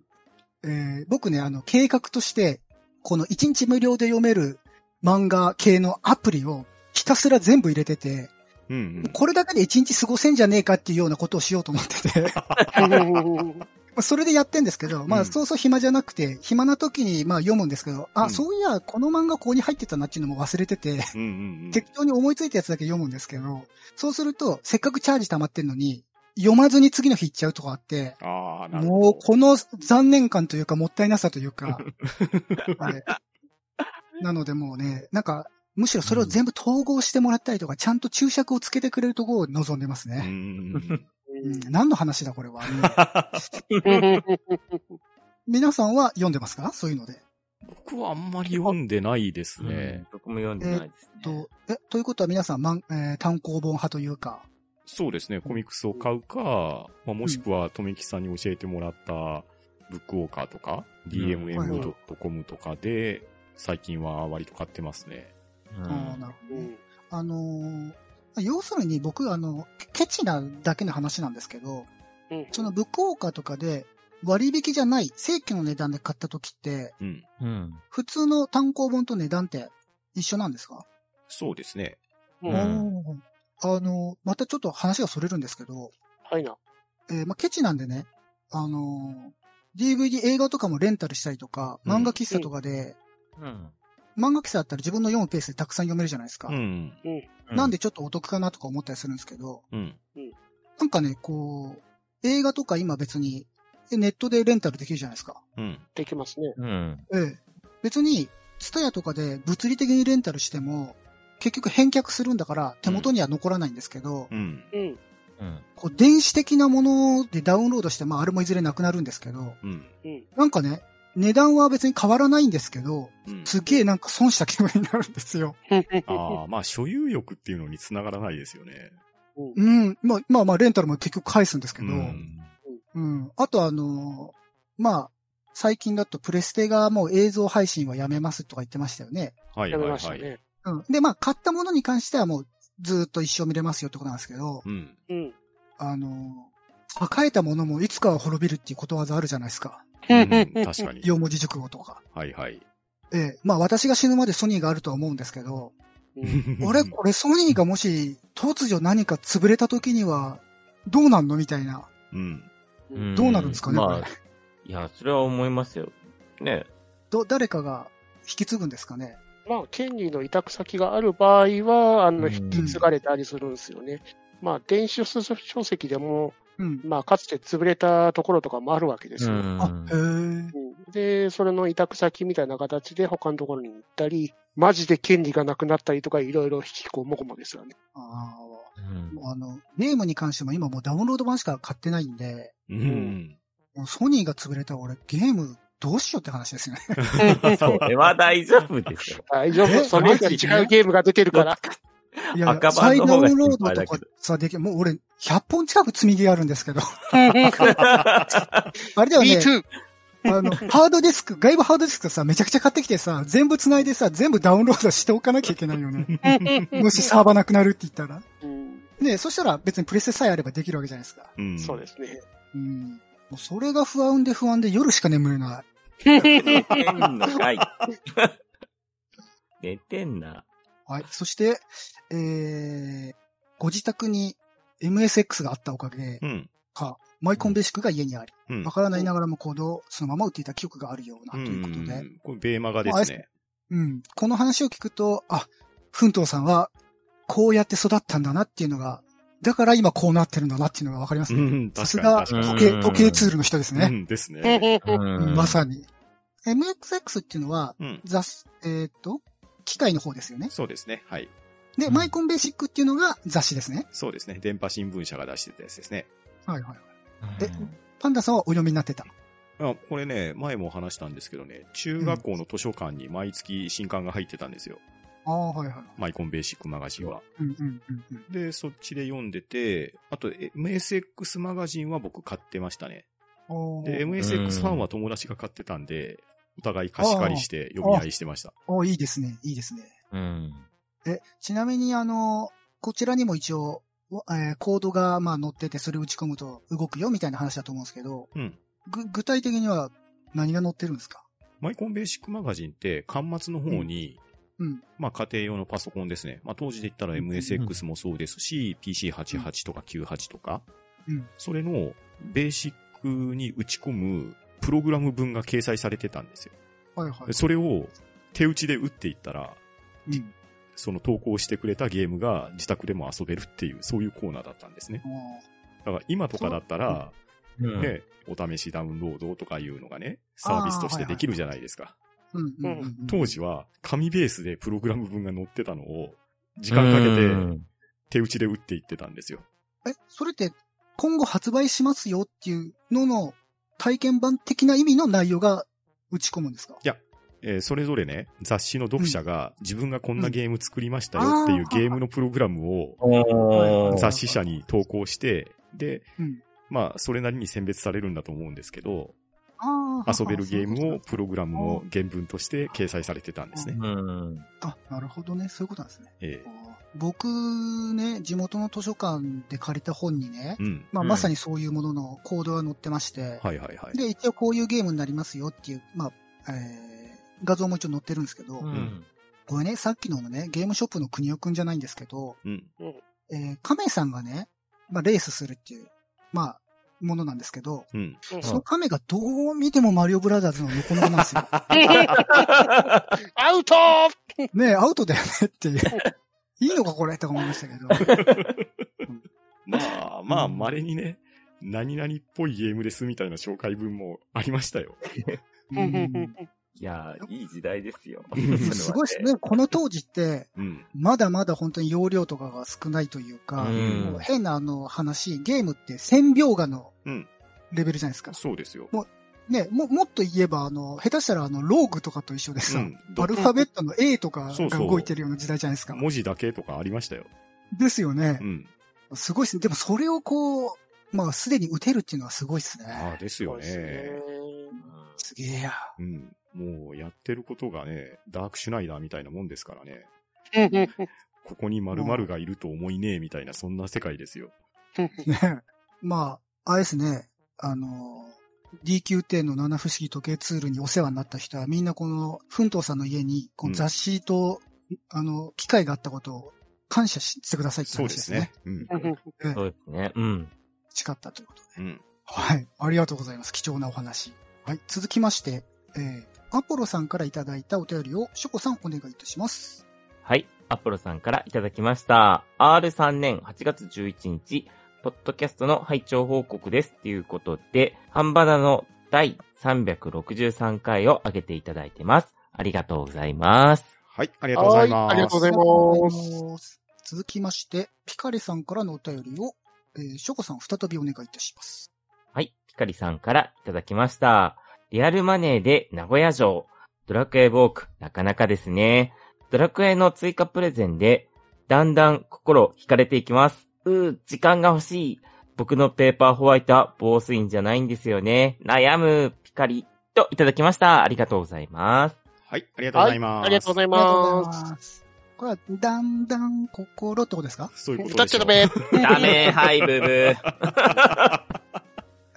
S3: えー僕ね、あの、計画として、この1日無料で読める漫画系のアプリをひたすら全部入れてて、
S2: うん
S3: これだけで1日過ごせんじゃねえかっていうようなことをしようと思ってて。まあそれでやってんですけど、ま
S2: うん
S3: あ、そうそう暇じゃなくて、暇な時にまあ読むんですけど、
S2: う
S3: あ、
S2: ん
S3: そういや、この漫画ここに入ってたなっていうのも忘れてて、
S2: うん。うんうん。
S3: 適当に思いついたやつだけ読むんですけど、そうすると、せっかくチャージ溜まってんのに、読まずに次の日行っちゃうとかあって、
S2: ああ、なるほど。
S3: もうこの残念感というか、もったいなさという か、あれ。なのでもうね、なんか、むしろそれを全部統合してもらったりとか、ちゃんと注釈をつけてくれるところを望んでます
S2: う
S3: ね。
S2: んうん
S3: うん、何の話だ、これは。うん皆さんは読んでますかそういうので。
S2: 僕はあんまり読んでないですね。
S4: 僕も読んでないですね。
S3: と、え、ということは皆さん、まん、えー単行本派というか、
S2: そうですね、コミックスを買うか、まあ、もしくは、とめきさんに教えてもらった、ブックウォーカーとか、dmm.com とかで、最近は割と買ってますね。
S4: うん
S3: あーなるほどね。あのー要するに僕、あの、ケチなだけの話なんですけど、そのブックウォーカーとかで割引じゃない正規の値段で買った時って、
S2: うん。
S4: うん。
S3: 普通の単行本と値段って一緒なんですか
S2: そうですね。
S4: う
S3: お
S4: ん
S3: ーあの、またちょっと話がそれるんですけど、
S1: はいな。
S3: えーまあ、ケチなんでね、あのー DVD 映画とかもレンタルしたりとか、
S2: うん
S3: 漫画喫茶とかで、
S4: うん。
S3: 漫画喫茶だったら自分の読むペースでたくさん読めるじゃないですか。
S2: うん。
S3: なんでちょっとお得かなとか思ったりするんですけど、
S2: うん。
S3: なんかね、こう、映画とか今別に、えネットでレンタルできるじゃないですか。
S2: うん。
S1: できますね。
S4: うん。
S3: ええ。別に、ツタヤとかで物理的にレンタルしても、結局返却するんだから手元には残らないんですけど、
S2: うん。
S1: うん。
S4: うん。
S3: こう電子的なものでダウンロードして、まああれもいずれなくなるんですけど、
S2: う
S1: う
S2: ん。
S1: ん。
S3: なんかね、値段は別に変わらないんですけど、
S2: うん。
S3: すげえなんか損した気分になるんですよ。
S2: ああ、まあ、所有欲っていうのにつながらないですよね。
S3: うん。まあまあまあレンタルも結局返すんですけ
S2: う
S3: ど、
S2: ん。
S3: うん。あとあのーまあ、最近だとプレステがもう映像配信はやめますとか言ってましたよね。
S2: はい
S1: や
S2: は
S1: め
S2: い
S1: ました
S2: はい。
S1: ね。
S3: うん。で、まあ、買ったものに関してはもうずーっと一生見れますよってことなんですけど、
S2: うん。
S1: うん。
S3: あのー栄えたものもいつかは滅びるっていうことわざあるじゃないですか。
S2: う ん、確かに。
S3: 四文字熟語とか。
S2: はいはい。
S3: ええまあ私が死ぬまでソニーがあるとは思うんですけど、
S1: うん
S3: 俺これソニーがもし突如何か潰れた時にはどうなんのみたいな。
S2: うん。
S1: うん
S3: どうなるんですかね
S4: ま
S3: こ
S4: あ、いや、それは思いますよ。ね。
S3: ど、誰かが引き継ぐんですかね。
S1: まあ、権利の委託先がある場合は、あの、
S4: うん
S1: 引き継がれたりするんですよね。まあ、電子書籍でも、
S3: うん。
S1: まあ、かつて潰れたところとかもあるわけです
S4: う
S1: よ。
S4: ん。
S3: あ、へえ。
S1: うんで、それの委託先みたいな形で他のところに行ったり、マジで権利がなくなったりとか、いろいろ引きこもごもですよね。
S3: ああ。
S4: うん
S3: あの、ゲームに関しても今もうダウンロード版しか買ってないんで、
S2: うん。
S3: もうソニーが潰れたら俺ゲームどうしようって話ですよ ね。
S4: それは大丈夫ですよ。
S1: 大丈
S3: え
S1: 夫それ以外違うゲームが出てるから。
S3: いや
S4: 赤
S3: 再
S4: 版
S3: ダウ
S4: の方が
S3: ン
S4: 心
S3: ロード
S4: 配だ
S3: と
S4: け
S3: か
S4: ど
S3: さ、できもう俺100本近く積み木があるんです けど、あれだよね、
S1: B2!
S3: あの、ハードディスク、外部ハードディスクさ、めちゃくちゃ買ってきてさ、全部繋いでさ、全部ダウンロードしておかなきゃいけないよね。もしサーバーなくなるって言ったら。
S1: うん
S3: ねそしたら別にプレステさえあればできるわけじゃないですか。
S2: うん。
S1: そうですね。
S3: うん。もうそれが不安で不安で夜しか眠れない。
S4: 寝てんのかい。 寝てんな。
S3: はい。そして、えー、ご自宅に MSX があったおかげ
S2: うん。
S3: か、マイコンベーシックが家にあり、
S2: うん
S3: わ。からないながらも行動をそのまま打っていた記憶があるような
S2: う
S3: ということで、
S2: ん。これ、ベーマガですね。
S3: うん。この話を聞くと、あ、ふんとうさんは、こうやって育ったんだなっていうのが、だから今こうなってるんだなっていうのがわかります
S2: う
S3: ね。
S2: ん。
S3: さ
S2: 確
S3: すが
S2: かに。
S4: に
S3: 時
S4: う
S3: 計、
S4: ん
S3: 時計ツールの人です
S2: う
S3: ね。
S2: ん。ですね。
S3: まさに。MXX っていうのは、
S2: うん。
S3: 雑誌、えーっと、機械の方ですよね。
S2: そうですね。はい。
S3: で、
S4: うん
S3: マイコンベーシックっていうのが雑誌ですね。
S2: そうですね。電波新聞社が出してたやつですね。
S3: はいはい。
S4: え
S3: パンダさんはお読みになってた。
S2: あこれね、前も話したんですけどね、中学校の図書館に毎月新刊が入ってたんですよ。
S3: ああ、はいはい。
S2: マイコンベーシックマガジンは。
S3: うんうんうんうん。
S2: で、そっちで読んでて、あと MSX マガジンは僕買ってましたね。
S3: お
S2: で、
S3: ー
S2: MSX ファンは友達が買ってたんで、お互い貸し借りして読み合いしてました。
S3: おーいいですね、いいですね。
S4: うん。
S3: え、ちなみにあの、こちらにも一応、おえーコードがまあ載ってて、それを打ち込むと動くよみたいな話だと思うんですけど、
S2: うん。
S3: ぐ具体的には何が載ってるんですか
S2: マイコンベーシックマガジンって、端末の方に、
S3: うん。
S2: まあ家庭用のパソコンですね。まあ当時で言ったら MSX もそうですし、PC88 とか98とか、
S3: うん
S2: それのベーシックに打ち込むプログラム文が掲載されてたんですよ。
S3: はいはい
S2: で。それを手打ちで打っていったら、
S3: うん。
S2: その投稿してくれたゲームが自宅でも遊べるっていう、そういうコーナーだったんですね。だから今とかだったら、
S4: うん
S2: ね、お試しダウンロードとかいうのがね、サービスとしてできるじゃないです
S3: うんう
S2: か。
S3: んうんうん。
S2: 当時は紙ベースでプログラム文が載ってたのを、時間かけて手打ちで打っていってたんですよ。
S3: え、それって今後発売しますよっていうのの体験版的な意味の内容が打ち込むんですか
S2: えーそれぞれね、雑誌の読者が自分がこんなゲーム作りましたよっていうゲームのプログラムを
S4: おー
S2: 雑誌社に投稿して、で、
S3: うん
S2: まあ、それなりに選別されるんだと思うんですけど、
S3: あー
S2: 遊べるゲームをプログラム
S3: あ
S2: を原文として掲載されてたんですね。
S4: うん。
S3: あ、なるほどね。そういうことなんですね。
S2: え
S3: 僕ね、地元の図書館で借りた本にね
S2: え、うん。
S3: まあ、
S4: うん
S3: まさにそういうもののコードが載ってまして、
S2: はいはいはい。
S3: で、一応こういうゲームになりますよっていう、まあ、えー、画像も一応載ってるんですけど、
S4: うん。
S3: これね、さっきのね、ゲームショップの国尾くんじゃないんですけど、
S2: うん。
S3: えー、亀さんがね、まあ、レースするっていう、まあ、ものなんですけど、
S2: うん。
S1: うん
S3: その亀がどう見てもマリオブラザーズの横の子なんですよ。
S1: アウト
S3: ねえ、アウトだよねっていう。いいのかこれって思いましたけど。
S2: まあ、まあ、稀にね、何々っぽいゲームですみたいな紹介文もありましたよ。
S1: うんうん
S4: いやー、いい時代ですよ。
S3: うんすごいですね。この当時って、
S2: うん。
S3: まだまだ本当に容量とかが少ないというか、
S4: うん
S3: もう変なあの話、ゲームって1000秒画の
S2: うん
S3: レベルじゃないですか。
S2: そうですよ。
S3: ね、も、もっと言えば、あの、下手したらあの、ローグとかと一緒でさ、
S2: うん
S3: アルファベットの A とか
S2: そう
S3: が
S2: そう
S3: 動いてるような時代じゃないですか。
S2: 文字だけとかありましたよ。
S3: ですよね
S2: う。ん。
S3: すごいですね。でもそれをこう、まあ、すでに打てるっていうのはすごいですね。
S2: ああ、です
S1: そ
S2: よ
S1: うです
S2: ね。
S1: ね
S3: すげえや。
S2: うん。もう、やってることがね、ダークシュナイダーみたいなもんですからね。
S1: うんうんうん
S2: ここに〇〇がいると思いねえみたいな、そんな世界ですよ。
S3: ね。まあ、あれですね。あの、DQ10 の七不思議時計ツールにお世話になった人は、みんなこの、奮闘さんの家に、この雑誌と、あの、機械があったことを感謝してくださいって
S2: そう
S3: 話
S2: で
S3: です
S2: す
S3: ね
S2: ね。。うん。
S1: うん
S4: そうですね。うん。
S3: 誓ったということで。
S2: うん。
S3: はい。ありがとうございます。貴重なお話。はい。続きまして、えー、アポロさんからいただいたお便りを、ショコさんお願いいたします。
S4: はい。アップロさんからいただきました。R3 年8月11日、ポッドキャストの拝聴報告です。ということで、ハンバナの第363回を上げていただいてます。ありがとうございます。
S2: はい、ありがとうござい
S1: は
S2: ます。
S1: いありがとうございます
S3: す。続きまして、ピカリさんからのお便りを、えー、ショコさん再びお願いいたします。
S4: はい。ピカリさんからいただきました。リアルマネーで名古屋城。ドラクエウォーク、なかなかですね。ドラクエの追加プレゼンで、だんだん心惹かれていきます。うー、時間が欲しい。僕のペーパーホワイトは防水じゃないんですよね。悩む、ピカリ。といただきました。ありがとうございます。
S2: はい、ありがとうご
S1: は
S2: ざい
S1: い
S2: ます。
S1: ありがとうござい
S3: ありがとうご
S1: ま
S3: ざい
S1: す。
S3: ます。これは、だんだん心ってことですか
S2: そういうこと
S1: 歌っ
S2: でし
S1: ち
S2: ょ
S1: ゃダメ。
S4: ダメ、はい、ブブー。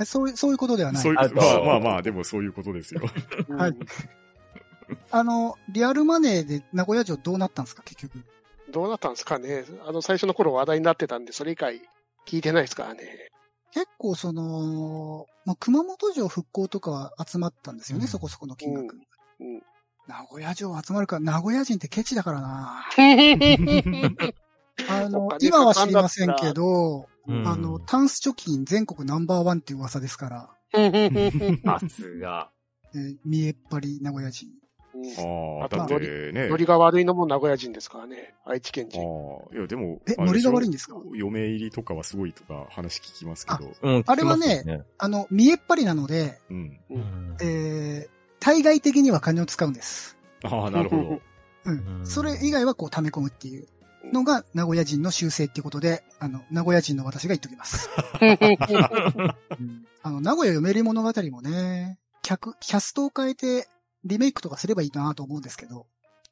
S3: えそういう、そういうことではない。
S2: そういう
S4: あと
S2: まあまあまあ、でもそういうことですよ。
S3: はい あの、リアルマネーで名古屋城どうなったんですか、結局。
S1: どうなったんですかね。あの、最初の頃話題になってたんで、それ以外聞いてないですからね。
S3: 結構その、まあ、熊本城復興とかは集まったんですよね、
S2: うん
S3: そこそこの金額。
S1: うんうん
S3: 名古屋城集まるから、名古屋人ってケチだからな。あ
S1: お
S3: の
S1: 金、
S3: 今は知りませんけど、
S4: うん
S3: あの、タンス貯金全国ナンバーワンっていう噂ですから、
S4: さす
S3: え
S4: が。
S3: ー見えっ張り名古屋人。
S2: ああ、だってね。
S1: ノリが悪いのも名古屋人ですからね。愛知県
S2: あ
S1: 人。
S2: あ、いや、でも、
S3: え、
S2: あれ
S3: ノ
S2: で
S3: リ
S2: しょ
S3: が悪いんですか
S2: 嫁入りとかはすごいとか話聞きますけど。
S4: うん、
S3: あれはね
S4: 聞きますよ
S3: あの、見えっ張りなので、
S2: うん。
S4: うん
S3: えー、対外的には金を使うんです。
S2: ああ、なるほど。
S3: うん。
S4: うん
S3: それ以外はこう溜め込むっていうのが名古屋人の習性っていうことで、あの、名古屋人の私が言っとき ます。うんあの、名古屋読める物語もね、客、キャストを変えてリメイクとかすればいいなと思うんですけど、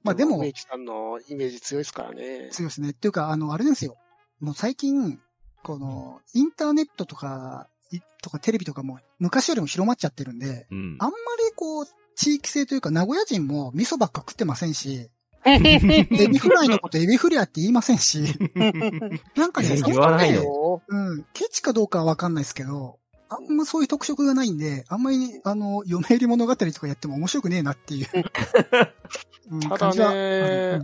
S3: まあでも
S1: メイ、キさんのイメージ強いですからね。
S3: 強いですね。っていうか、あの、あれですよ。もう最近、この、インターネットとか、いとかテレビとかも昔よりも広まっちゃってるんで、
S2: うん
S3: あ。んまりこう、地域性というか、名古屋人も味噌ばっか食ってませんし、エビフライのことエビフリアって言いません し、なんかね、
S4: 言わないよ
S1: よ。
S3: うん、ケチかどうかはわかんないですけど、あんまそういう特色がないんで、あんまり、あの、嫁入り物語とかやっても面白くねえ なっていう。うん
S1: た
S3: 感
S1: だ
S3: じは
S1: ね、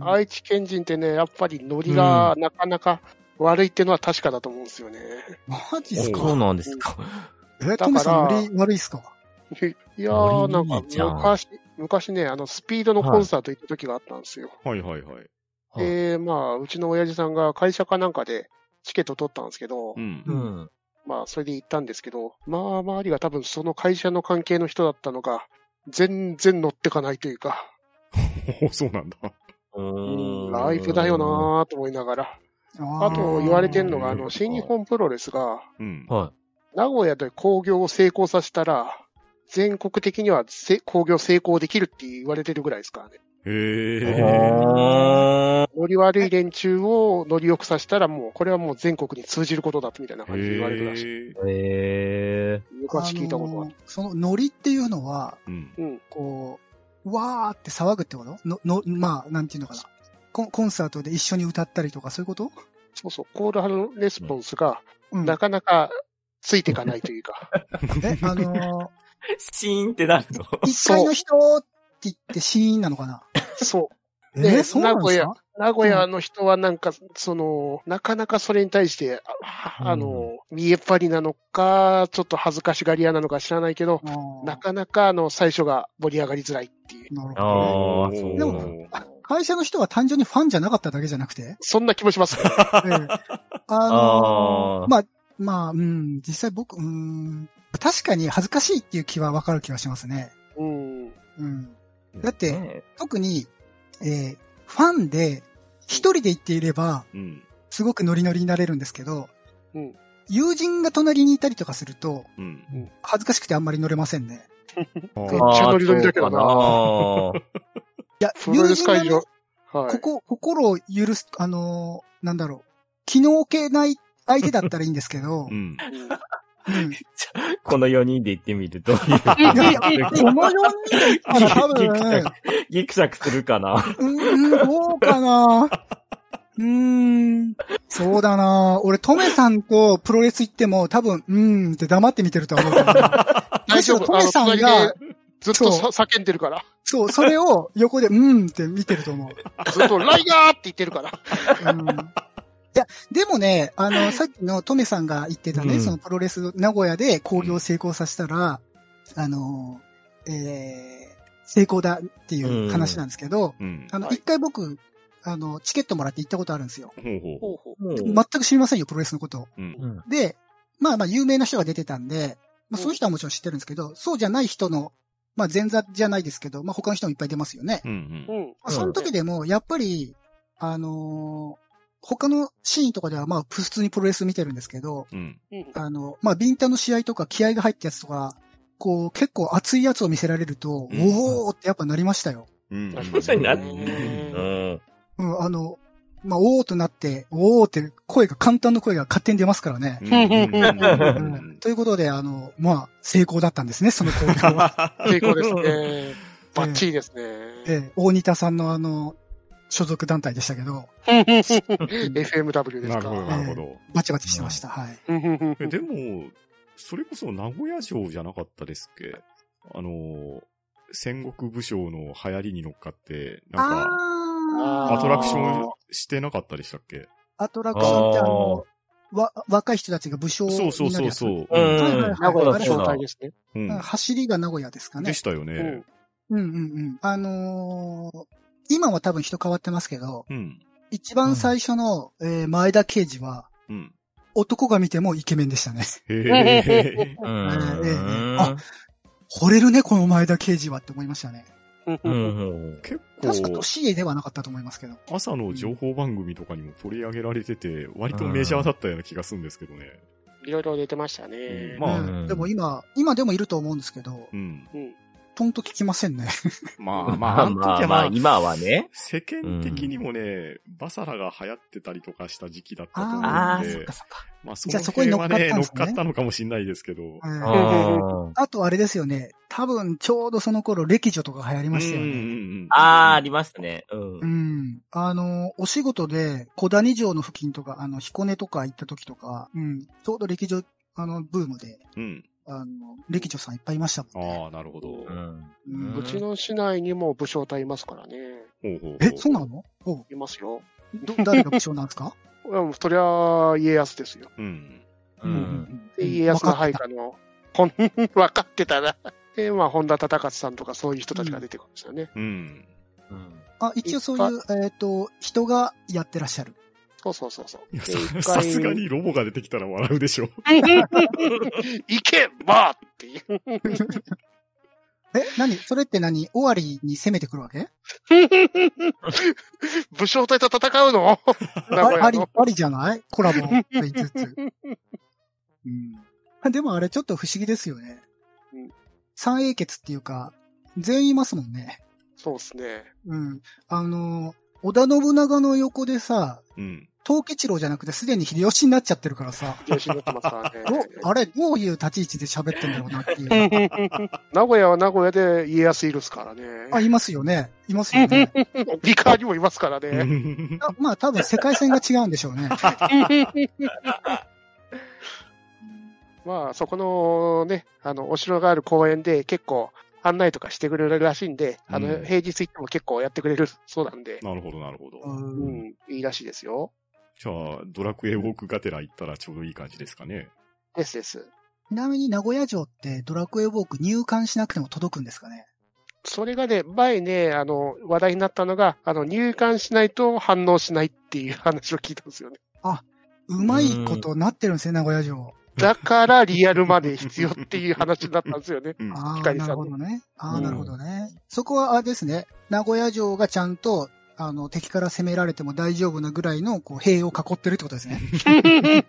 S3: うん
S1: 愛知県人ってね、やっぱりノリがなかなか悪いっていうのは確かだと思うんですよね。
S3: マジっす
S4: そう
S3: か
S4: なんですか。
S3: え、トムさん、ノリ悪いっすか
S1: いやー、
S4: ノ
S1: なん
S4: リい
S1: か
S4: いじゃん
S1: 昔、昔ね、あの、スピードのコンサート行った時があったんですよ。
S2: はいはいはい。
S4: はい
S1: で、まあ、うちの親父さんが会社かなんかでチケット取ったんですけど、
S2: うん。
S4: うん。
S1: まあ、それで行ったんですけど、まあ、周りが多分その会社の関係の人だったのが、全然乗ってかないというか、
S2: おそうなんだ。
S1: うんライフだよなーと思いながら。あと、言われてるのが、あの、新日本プロレスが、
S2: うん。
S4: は
S1: 名古屋で興行を成功させたら、全国的にはせ興行成功できるって言われてるぐらいですからね。
S2: へ
S4: い。
S2: え。
S4: あー
S1: ノリ悪い連中をノリ良くさせたら、もう、これはもう全国に通じることだみたいな感じで言われてるらしい。
S2: へえ。
S4: へえ。
S1: 昔聞いたことがあ
S3: あのそのノリっていうのは、
S2: うん。
S1: る。うん。
S3: こう、わーって騒ぐってことの、の、まあ、なんていうのかな。コンコンサートで一緒に歌ったりとか、そういうこと
S1: そうそう、コールハルレスポンスが、
S3: うん。
S1: なかなかついていかないという か、
S3: え、あの
S4: シーンってなるの。
S3: ー、一階の人って言ってシーンなのかな
S1: そう。
S3: え
S1: ね
S3: ー、そうなんですか
S1: 名古屋の人はなんか、その、なかなかそれに対して、ああの、見えっ張りなのか、ちょっと恥ずかしがり屋なのか知らないけど、
S3: あー
S1: なかなかあの、最初が盛り上がりづらいっていう。
S3: なるほど
S4: あ
S3: ね。
S4: あ、そう。
S3: でも、会社の人は単純にファンじゃなかっただけじゃなくて、
S1: そんな気もします。
S3: ええ あの
S4: あー
S3: まあ、まあ、うん、実際僕、うん、確かに恥ずかしいっていう気はわかる気はしますね。
S1: うん。
S3: うん。だって
S4: ね
S3: 特に、えーファンで、一人で行っていれば、
S2: うん。
S3: すごくノリノリになれるんですけど、
S1: うん
S3: 友人が隣にいたりとかすると、
S2: うん。
S3: 恥ずかしくてあんまり乗れませんね。
S1: めっ
S4: あー
S1: ちゃノリノリだけどな。
S4: そうか
S3: いや、
S1: プロ
S3: 友
S1: レス
S3: 人が、
S1: 会
S3: ね
S1: 場、。は
S3: こ
S1: い。
S3: こ、心を許す、あのーなんだろう、気の置けない相手だったらいいんですけど
S1: うん
S3: う
S2: う、ん。
S3: ん
S4: なこの4人で行ってみると、
S3: いやいや、この4人で行ったら多分、
S4: ギクシャクするかな。
S3: うーん、どうかなうーん、そうだな俺、トメさんとプロレス行っても多分、うーんって黙って見てるとは思うけど。む
S1: 大
S3: し
S1: 丈
S3: ろ
S1: 夫、
S3: ト
S1: あ
S3: メ
S1: の、
S3: さん
S1: 隣で
S3: が、
S1: ずっとさ叫んでるから。
S3: そう、それを横で、うーんって見てると思う。
S1: ずっと、ライガーって言ってるから。
S3: うんいや、でもね、あの、さっきのトメさんが言ってたね、
S4: うん
S3: そのプロレス、名古屋で興行成功させたら、あの、えー、成功だっていう話なんですけど、
S2: うん。
S3: あの、
S1: はい
S3: 一回僕、あの、チケットもらって行ったことあるんですよ。
S2: ほうほ
S1: ほうほ
S3: 全く知りませんよ、プロレスのこと。
S4: うん
S3: で、まあまあ、有名な人が出てたんで、まあ、
S1: うん
S3: そういう人はもちろん知ってるんですけど、そうじゃない人の、まあ、前座じゃないですけど、まあ、他の人もいっぱい出ますよね。
S2: う。うん
S1: う。うん。
S3: まあその時でも、やっぱり、あのー他のシーンとかでは、まあ、普通にプロレス見てるんですけど、
S2: うん。
S1: うん
S3: あの、まあ、ビンタの試合とか気合が入ったやつとか、こう、結構熱いやつを見せられると、
S2: うん
S3: おーってやっぱなりましたよ。
S2: うん。
S4: そうになる。
S1: う
S3: うん、あの、まあ、おーとなって、おーって声が、簡単な声が勝手に出ますからね。うんということで、あの、まあ、成功だったんですね、その攻撃 は。
S1: 成功ですね。バッチリですね。
S3: ええ、大仁田さんのあの、所属団体でしたけど、
S1: FMW です
S2: なる
S1: か。
S2: ほど、なるほど。
S3: バチバチしてました、はい。
S2: えでも、それこそ名古屋城じゃなかったですっけあのー、戦国武将の流行りに乗っかって、なんか、
S1: あー
S2: アトラクシ
S1: ン
S2: ョンしてなかったでしたっけ
S3: アトラクションってあの、わ、若い人たちが武将になる
S2: そ
S3: や
S2: う
S3: つ
S2: そうそうそう。
S4: う
S3: はいはい
S4: ん
S3: はい
S1: 名古屋の
S3: あれ
S1: 正体ですね。
S3: う
S2: う
S3: ん
S2: ん。
S3: 走りが名古屋ですか
S2: で
S3: ね
S2: し。たよ
S1: う
S2: ね
S1: ん。。
S3: うんうんうん。あのー今は多分人変わってますけど、
S2: うん。
S3: 一番最初の、えー前田刑事は、
S2: うん。
S3: 男が見てもイケメンでしたね。
S2: へえ。
S4: うん
S3: あ惚れるね、この前田刑事はって思いましたね。
S4: う
S1: うん
S4: ん
S2: 結
S3: 確か
S2: 構、
S3: 年家ではなかったと思いますけど。
S2: 朝の情報番組とかにも取り上げられてて、割とメジャーだったような気がするんですけどね。
S1: いろいろ出てましたね。
S2: まあ
S3: うんでも今、今でもいると思うんですけど
S2: う、ん。
S1: うん
S3: とんと聞きませんね。
S2: まあまあ、あの時はまあ、
S4: 今はね。
S2: 世間的にもね、バサラが流行ってたりとかした時期だったと 思うんで、
S3: あ
S4: あ
S3: ー
S4: あ、そっかそっか。
S2: まあそ
S3: じゃ
S2: の
S3: あそこに
S2: 辺
S3: 乗っかっ
S2: は
S3: たんで
S2: ね、
S3: すね
S2: 乗っかったのかもしんないですけど。
S3: うん
S1: あ
S3: あとあれですよね。多分、ちょうどその頃、歴女とか流行りましたよね。
S4: ああー、あ
S2: り
S4: りましたね。うん
S3: うん。あの、お仕事で、小谷城の付近とか、あの、彦根とか行った時とか、うん、ちょうど歴女、あの、ブームで、
S2: うん。
S3: あの、歴女さんいっぱいいましたもんね。
S2: ああ、なるほど。ほ
S4: う
S2: うん
S3: うん
S1: うちの市内にも武将隊いますからね。
S2: ほうほう
S3: え、そうなのお
S1: いますよ。
S3: ど、誰が武将なんですか
S1: うんそりゃ、家康ですよ。
S2: うん。
S4: う
S3: うん
S4: ん。
S1: で家康の配
S3: わかっ
S1: 下の、ほ ん、わかってたな。で、まあ、本田忠勝さんとかそういう人たちが出てくるんですよね。
S2: うん。
S4: うん
S3: たあ、一応そういう、えっ、と、人がやってらっしゃる。
S1: そうそうそうそう。
S2: いや、
S1: で
S2: さ
S1: 一
S2: さ
S1: 回
S2: すがにロボが出てきたら笑うでしょ。
S1: 行けばっていう。
S3: え、何それって何尾張に攻めてくるわけ
S1: 武将隊と戦う の名
S3: あ
S1: 古
S3: り、あ
S1: 屋
S3: り
S1: の。、
S3: ありじゃないコラボって言いつつ。うん。でもあれちょっと不思議ですよね
S1: うん。
S3: 三英傑っていうか、全員いますもんね。
S1: そうですね。
S3: うん。あの、織田信長の横でさ、
S2: うん。
S3: 東吉郎じゃなくてすでに秀吉になっちゃってるからさ、
S1: 調子に乗ってますからね。
S3: ど あれ、どういう立ち位置で喋ってんだろうなっていう。
S1: 名古屋は名古屋で家康いるっすからね。
S3: あ、いますよね。いますよね。
S1: ビカーにもいますから ね。
S3: あまあ多分世界線が違うんでしょうね。
S1: まあ、そこのね、あの、お城がある公園で結構案内とかしてくれるらしいんで、あの、
S2: うん
S1: 平日行っても結構やってくれるそうなんで、
S2: なるほど、なるほど。
S1: う
S3: うん
S1: ん、いいらしいですよ。
S2: じゃあ、ドラクエウォークがてら行ったらちょうどいい感じですかね。
S1: ですです。
S3: ちなみに名古屋城ってドラクエウォーク入館しなくても届くんですかね
S1: それがね、前ね、あの、話題になったのが、あの、入館しないと反応しないっていう話を聞いたん ですよね。
S3: うまいことなってるんですね、名古屋城。
S1: だから、リアルマネー必要っていう話になったんですよ ね。
S2: うん。
S3: ああ、
S1: 光さ
S3: なんるほどね。あ
S2: う
S3: あ、
S2: ん
S3: なるほどね。そこは、あれですね。名古屋城がちゃんと、あの、敵から攻められても大丈夫なぐらいの、こう、兵を囲ってるってことですね。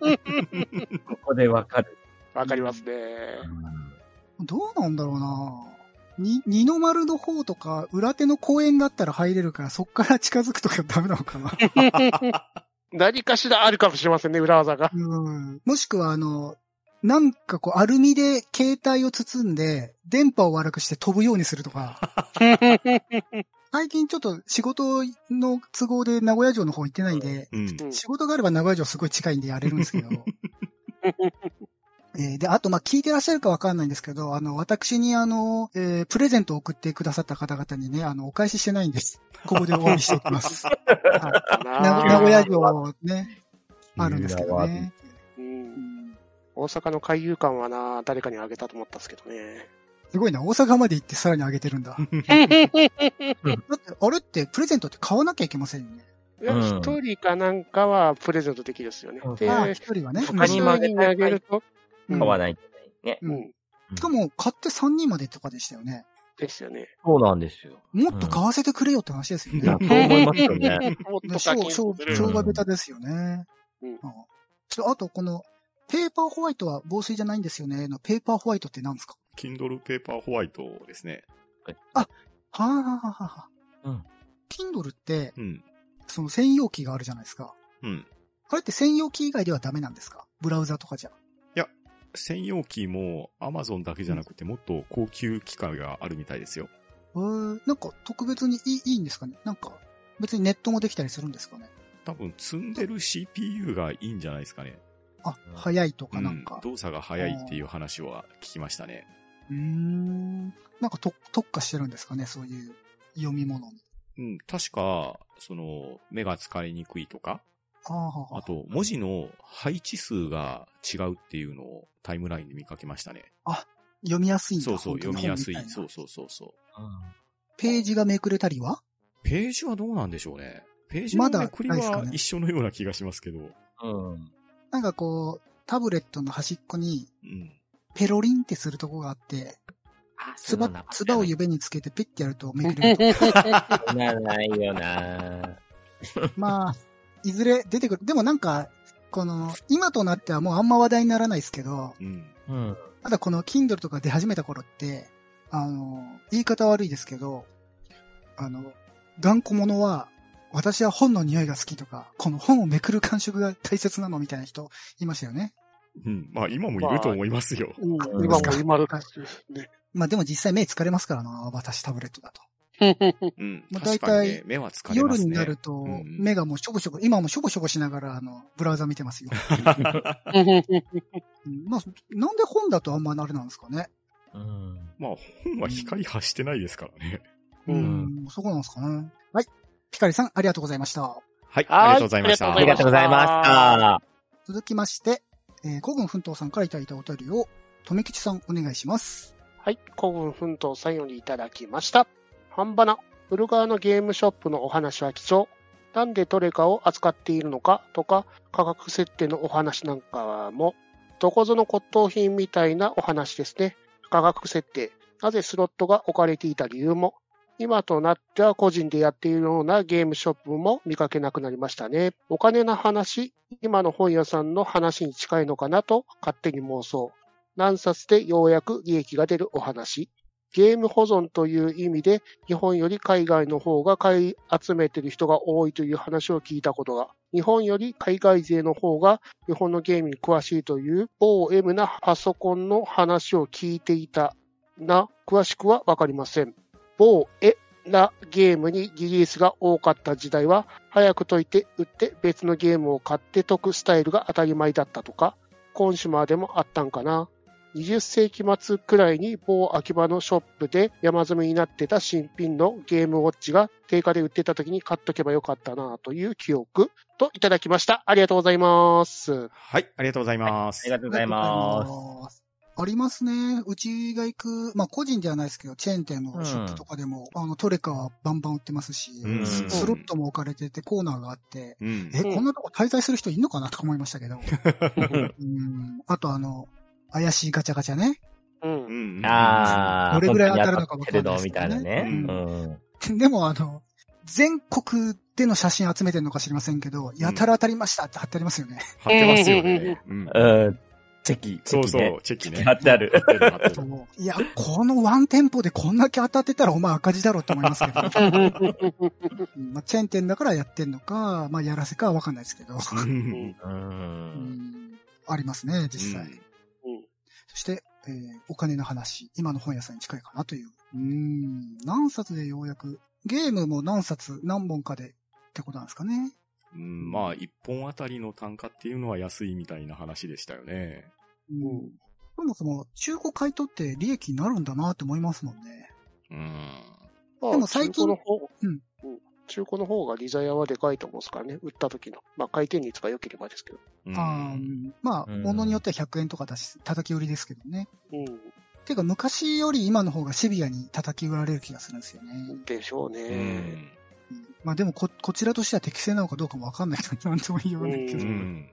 S4: ここでわかる。
S1: わかりますね。
S3: どうなんだろうなに、二の丸の方とか、裏手の公園だったら入れるから、そっから近づくとかダメなのかな。
S1: 何かしらあるかもしれませんね、裏技が。
S3: うん。もしくは、あの、なんかこう、アルミで携帯を包んで、電波を悪くして飛ぶようにするとか。最近ちょっと仕事の都合で名古屋城の方行ってないんで、
S2: うん。
S1: うん
S3: 仕事があれば名古屋城すごい近いんでやれるんですけど。えーで、あと、まあ、聞いてらっしゃるかわかんないんですけど、あの、私に、あの、えープレゼントを送ってくださった方々にね、あの、お返ししてないんです。ここでお詫びしておきます。はい
S1: な
S3: な
S1: あ
S3: 名古屋城ね、あるんですけどね。
S1: うん大阪の海遊館はな、誰かにあげたと思ったんですけどね。
S3: すごいな、大阪まで行ってさらに上げてるんだ。だ って、あれってプレゼントって買わなきゃいけませんよね。
S1: いや
S4: うん
S1: 一、人かなんかはプレゼントできるですよね
S4: う。ん
S1: で、
S3: ああ、一人はね。
S4: 他にもあ
S1: 複数
S4: げたい
S1: 人にあげると、
S3: うん
S4: 買わないといけないね。
S1: う
S3: うん
S1: ん、
S3: しかも、買って3人までとかでしたよね。
S1: ですよね。
S4: そうなんですよ。
S3: もっと買わせてくれよって話ですよね。
S2: い
S4: そ
S2: や
S4: う思いますよね。
S1: もっと
S3: ね、
S1: 課金
S3: 生
S1: す
S3: 姜、
S1: る
S3: 生姜ベタですよね。
S1: うん
S3: あちょあと、この、ペーパーホワイトは防水じゃないんですよね。のペーパーホワイトって何ですか
S2: Kindle Paper White ですね。
S3: はあ、はあはあはあ、
S4: うん。
S3: Kindle って、
S2: うん。
S3: その専用機があるじゃないですか。
S2: うん。
S3: あれって専用機以外ではダメなんですかブラウザとかじゃ。
S2: 専用機も Amazon だけじゃなくてもっと高級機械があるみたいですよ。
S3: えー、なんか特別にいいいいんですかねなんか、別にネットもできたりするんですかね
S2: 多分積んでる CPU がいいんじゃないですかね。
S3: あ
S4: う、ん
S3: 早いと
S2: う
S3: かなん
S2: ん
S3: か。。
S2: 動作が早いっていう話は聞きましたね。
S3: うーん。なんかと特化してるんですかねそういう読み物に。
S2: うん。確か、その、目が疲れにくいとか、
S3: あーはあはあ
S2: あと、文字の配置数が違うっていうのをタイムラインで見かけましたね。
S3: 読みやすいんだ
S2: そうそう、
S3: 本当に
S2: 読みやすい
S3: 本。みた
S2: そ
S3: な
S2: うそうそうそう。
S3: ページがめくれたりは
S2: ページはどうなんでしょうね。ページの
S3: ま
S2: め
S3: だ
S2: くり
S3: ないですか
S2: は
S3: ね
S2: 一緒のような気がしますけど。
S4: うん。うん。
S3: なんかこう、タブレットの端っこに、
S2: うん。
S3: ペロリンってするとこがあって、
S4: あ、
S3: つば、つばを指につけてピッてやるとめくれる。
S1: う
S4: ならないよな
S3: まあ、いずれ出てくる。でもなんか、この、今となってはもうあんま話題にならないですけど、
S2: うん。
S4: うん。
S3: ただこの Kindle とか出始めた頃って、あの、言い方悪いですけど、あの、頑固者は、私は本の匂いが好きとか、この本をめくる感触が大切なのみたいな人いましたよね。
S2: うん。まあ、今もいると思いますよ。
S1: ん
S4: うん
S1: 今も今の感じです
S3: まあでも実際目疲れますからな、私タブレットだと。
S1: ね。
S2: うん。
S3: まあ
S2: 確かに
S3: 大
S2: ね、目は疲れま
S3: 夜
S2: す
S3: に
S2: ね。
S3: なると、
S2: うんうん
S3: 目がもうしょぼしょぼ、今もしょぼしょぼしながら、あの、ブラウザ見てます よ。うんまあ、なんで本だとあんまなれなんですかね。
S4: うん。
S2: まあ、 本は光発してないですからね。
S1: う
S3: うんん、そこなんですかね。はい。ピカリさん、ありがとうございました。
S2: はい、
S1: はい
S2: ありがとうございました。
S4: ありがとうございました。
S3: 続きまして、えー、古軍奮闘さんからいただいたお便りを、富吉さんお願いします。
S1: はい、古軍奮闘さんよりいただきました。半ばな、古川のゲームショップのお話は貴重。なんでトレカを扱っているのかとか、価格設定のお話なんかも、どこぞの骨董品みたいなお話ですね。価格設定、なぜスロットが置かれていた理由も、今となっては個人でやっているようなゲームショップも見かけなくなりましたね。お金の話、今の本屋さんの話に近いのかなと勝手に妄想。何冊でようやく利益が出るお話。ゲーム保存という意味で、日本より海外の方が買い集めてる人が多いという話を聞いたことが、日本より海外勢の方が日本のゲームに詳しいという OM なパソコンの話を聞いていたな、詳しくはわかりません。某えなゲームにリリースが多かった時代は、早く解いて売って別のゲームを買って解くスタイルが当たり前だったとか、今週までもあったんかな。20世紀末くらいに某秋葉のショップで山積みになってた新品のゲームウォッチが定価で売ってた時に買っとけばよかったなという記憶といただきました。ありがとうございます。
S2: はい、ありがとうございます。
S4: ありがとうございます。
S3: す。ありますね。うちが行く、まあ個人ではないですけど、チェーン店のショップとかでも、あのトレカはバンバン売ってますし、
S2: うん
S3: スロットも置かれててコーナーがあって、
S2: うん。
S3: え、
S1: うん
S3: こんなとこ滞在する人いんのかなとか思いましたけ ど。うん。あとあの、怪しいガチャガチャね。
S1: うん
S2: う。ん。
S4: あ
S3: ど
S4: ー
S3: れぐらい当たるのかわかんない
S4: どっ
S3: です
S4: ちに
S3: け
S4: 当た
S3: ど
S4: って
S3: ね
S4: るのみたいなね。
S2: う
S3: でもあの、全国での写真集めてるのか知りませんけど、やたら当たりましたって貼ってありますよね。
S2: 貼ってますよね。うん
S4: うん。うん。チェキ、チ
S2: そ
S4: ェ
S2: う
S4: キ
S2: そ
S4: ね
S2: う。、チェキね。
S4: 貼ってある
S2: 貼ってる貼ってる
S3: いや、このワンテンポでこんだけ当たってたらお前赤字だろうって思いますけど。うんまあ、チェーン店だからやってんのか、まあ、やらせかはわかんないですけど。
S2: うん
S4: う。
S3: うんんありますね、実際。
S1: うん
S3: そして、えーお金の話。今の本屋さんに近いかなという。うん、何冊でようやく、ゲームも何冊、何本かでってことなんですかね。
S2: うんまあ、一本あたりの単価っていうのは安いみたいな話でしたよね。
S3: うん。そもそも、中古買い取って利益になるんだなって思いますもんね。
S2: うん。
S1: まあ
S3: でも最近
S1: 中古の方、
S3: うん
S1: うん中古の方がリザヤはでかいと思うんですからね。売った時の。まあ回転率が良ければですけど。
S2: う
S3: あー
S2: ん。
S3: まあ、
S4: うん
S3: 物によっては100円とかだし、叩き売りですけどね。
S1: う
S3: ていうか、昔より今の方がシビアに叩き売られる気がするんですよね。
S1: ん。でしょうね。
S2: うん
S3: まあでもこ、こちらとしては適正なのかどうかもわかんないから、なんとも言わないけ
S2: う
S3: ど、
S2: ん。
S3: ね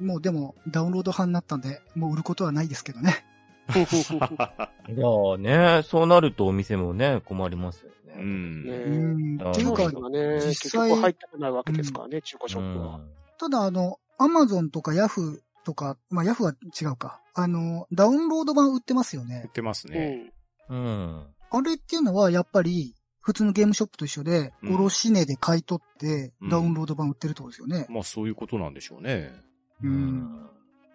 S3: もうでも、ダウンロード派になったんで、もう売ることはないですけどね。
S4: いやーね、そうなるとお店もね、困りますよ
S2: う
S4: ね。
S2: ん。
S1: ね
S3: う
S1: え
S3: ん。
S4: あー
S3: っていう
S4: な
S3: か
S4: る、ほ
S1: 今ね、
S3: 実
S1: 結
S3: 際
S1: 局入ってこないわけですからね、中古ショップは。
S3: ただあの、アマゾンとかヤフーとか、まあヤフーは違うか。あの、ダウンロード版売ってますよ
S2: 売っ
S3: ね。
S2: てます
S1: う
S2: ね。
S1: ん。
S4: うん。
S3: あれっていうのはやっぱり、普通のゲームショップと一緒で、
S2: うん
S3: 卸値で買い取って
S2: う、ん
S3: ダウンロード版売ってるってことですよね。
S2: まあ、そういうことなんでしょうね。
S4: う
S3: うん
S4: ん。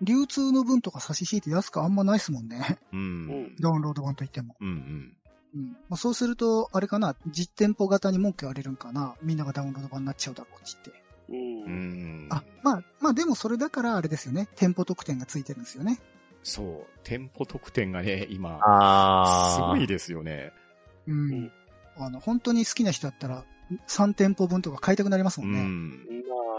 S3: 流通の分とか差し引いて安くあんまないですもんね。
S2: う。
S1: うん
S2: うん
S1: ん。
S3: ダウンロード版といっても。
S2: うん。
S3: うんまあ、そうすると、あれかな、実店舗型に文句言われるんかな、みんながダウンロード版になっちゃうだろう、こっちって。
S1: うん。
S2: う
S1: うん
S2: ん。
S3: あ、まあ、まあでもそれだからあれですよね、店舗特典がついてるんですよね。
S2: そう。店舗特典がね、今、
S4: あ
S2: す
S4: ー。
S2: ごいですよね。
S3: うん。
S1: うん
S3: あの、本当に好きな人だったら、3店舗分とか買いたくなります
S2: う
S3: もんね。
S2: ん。
S1: ま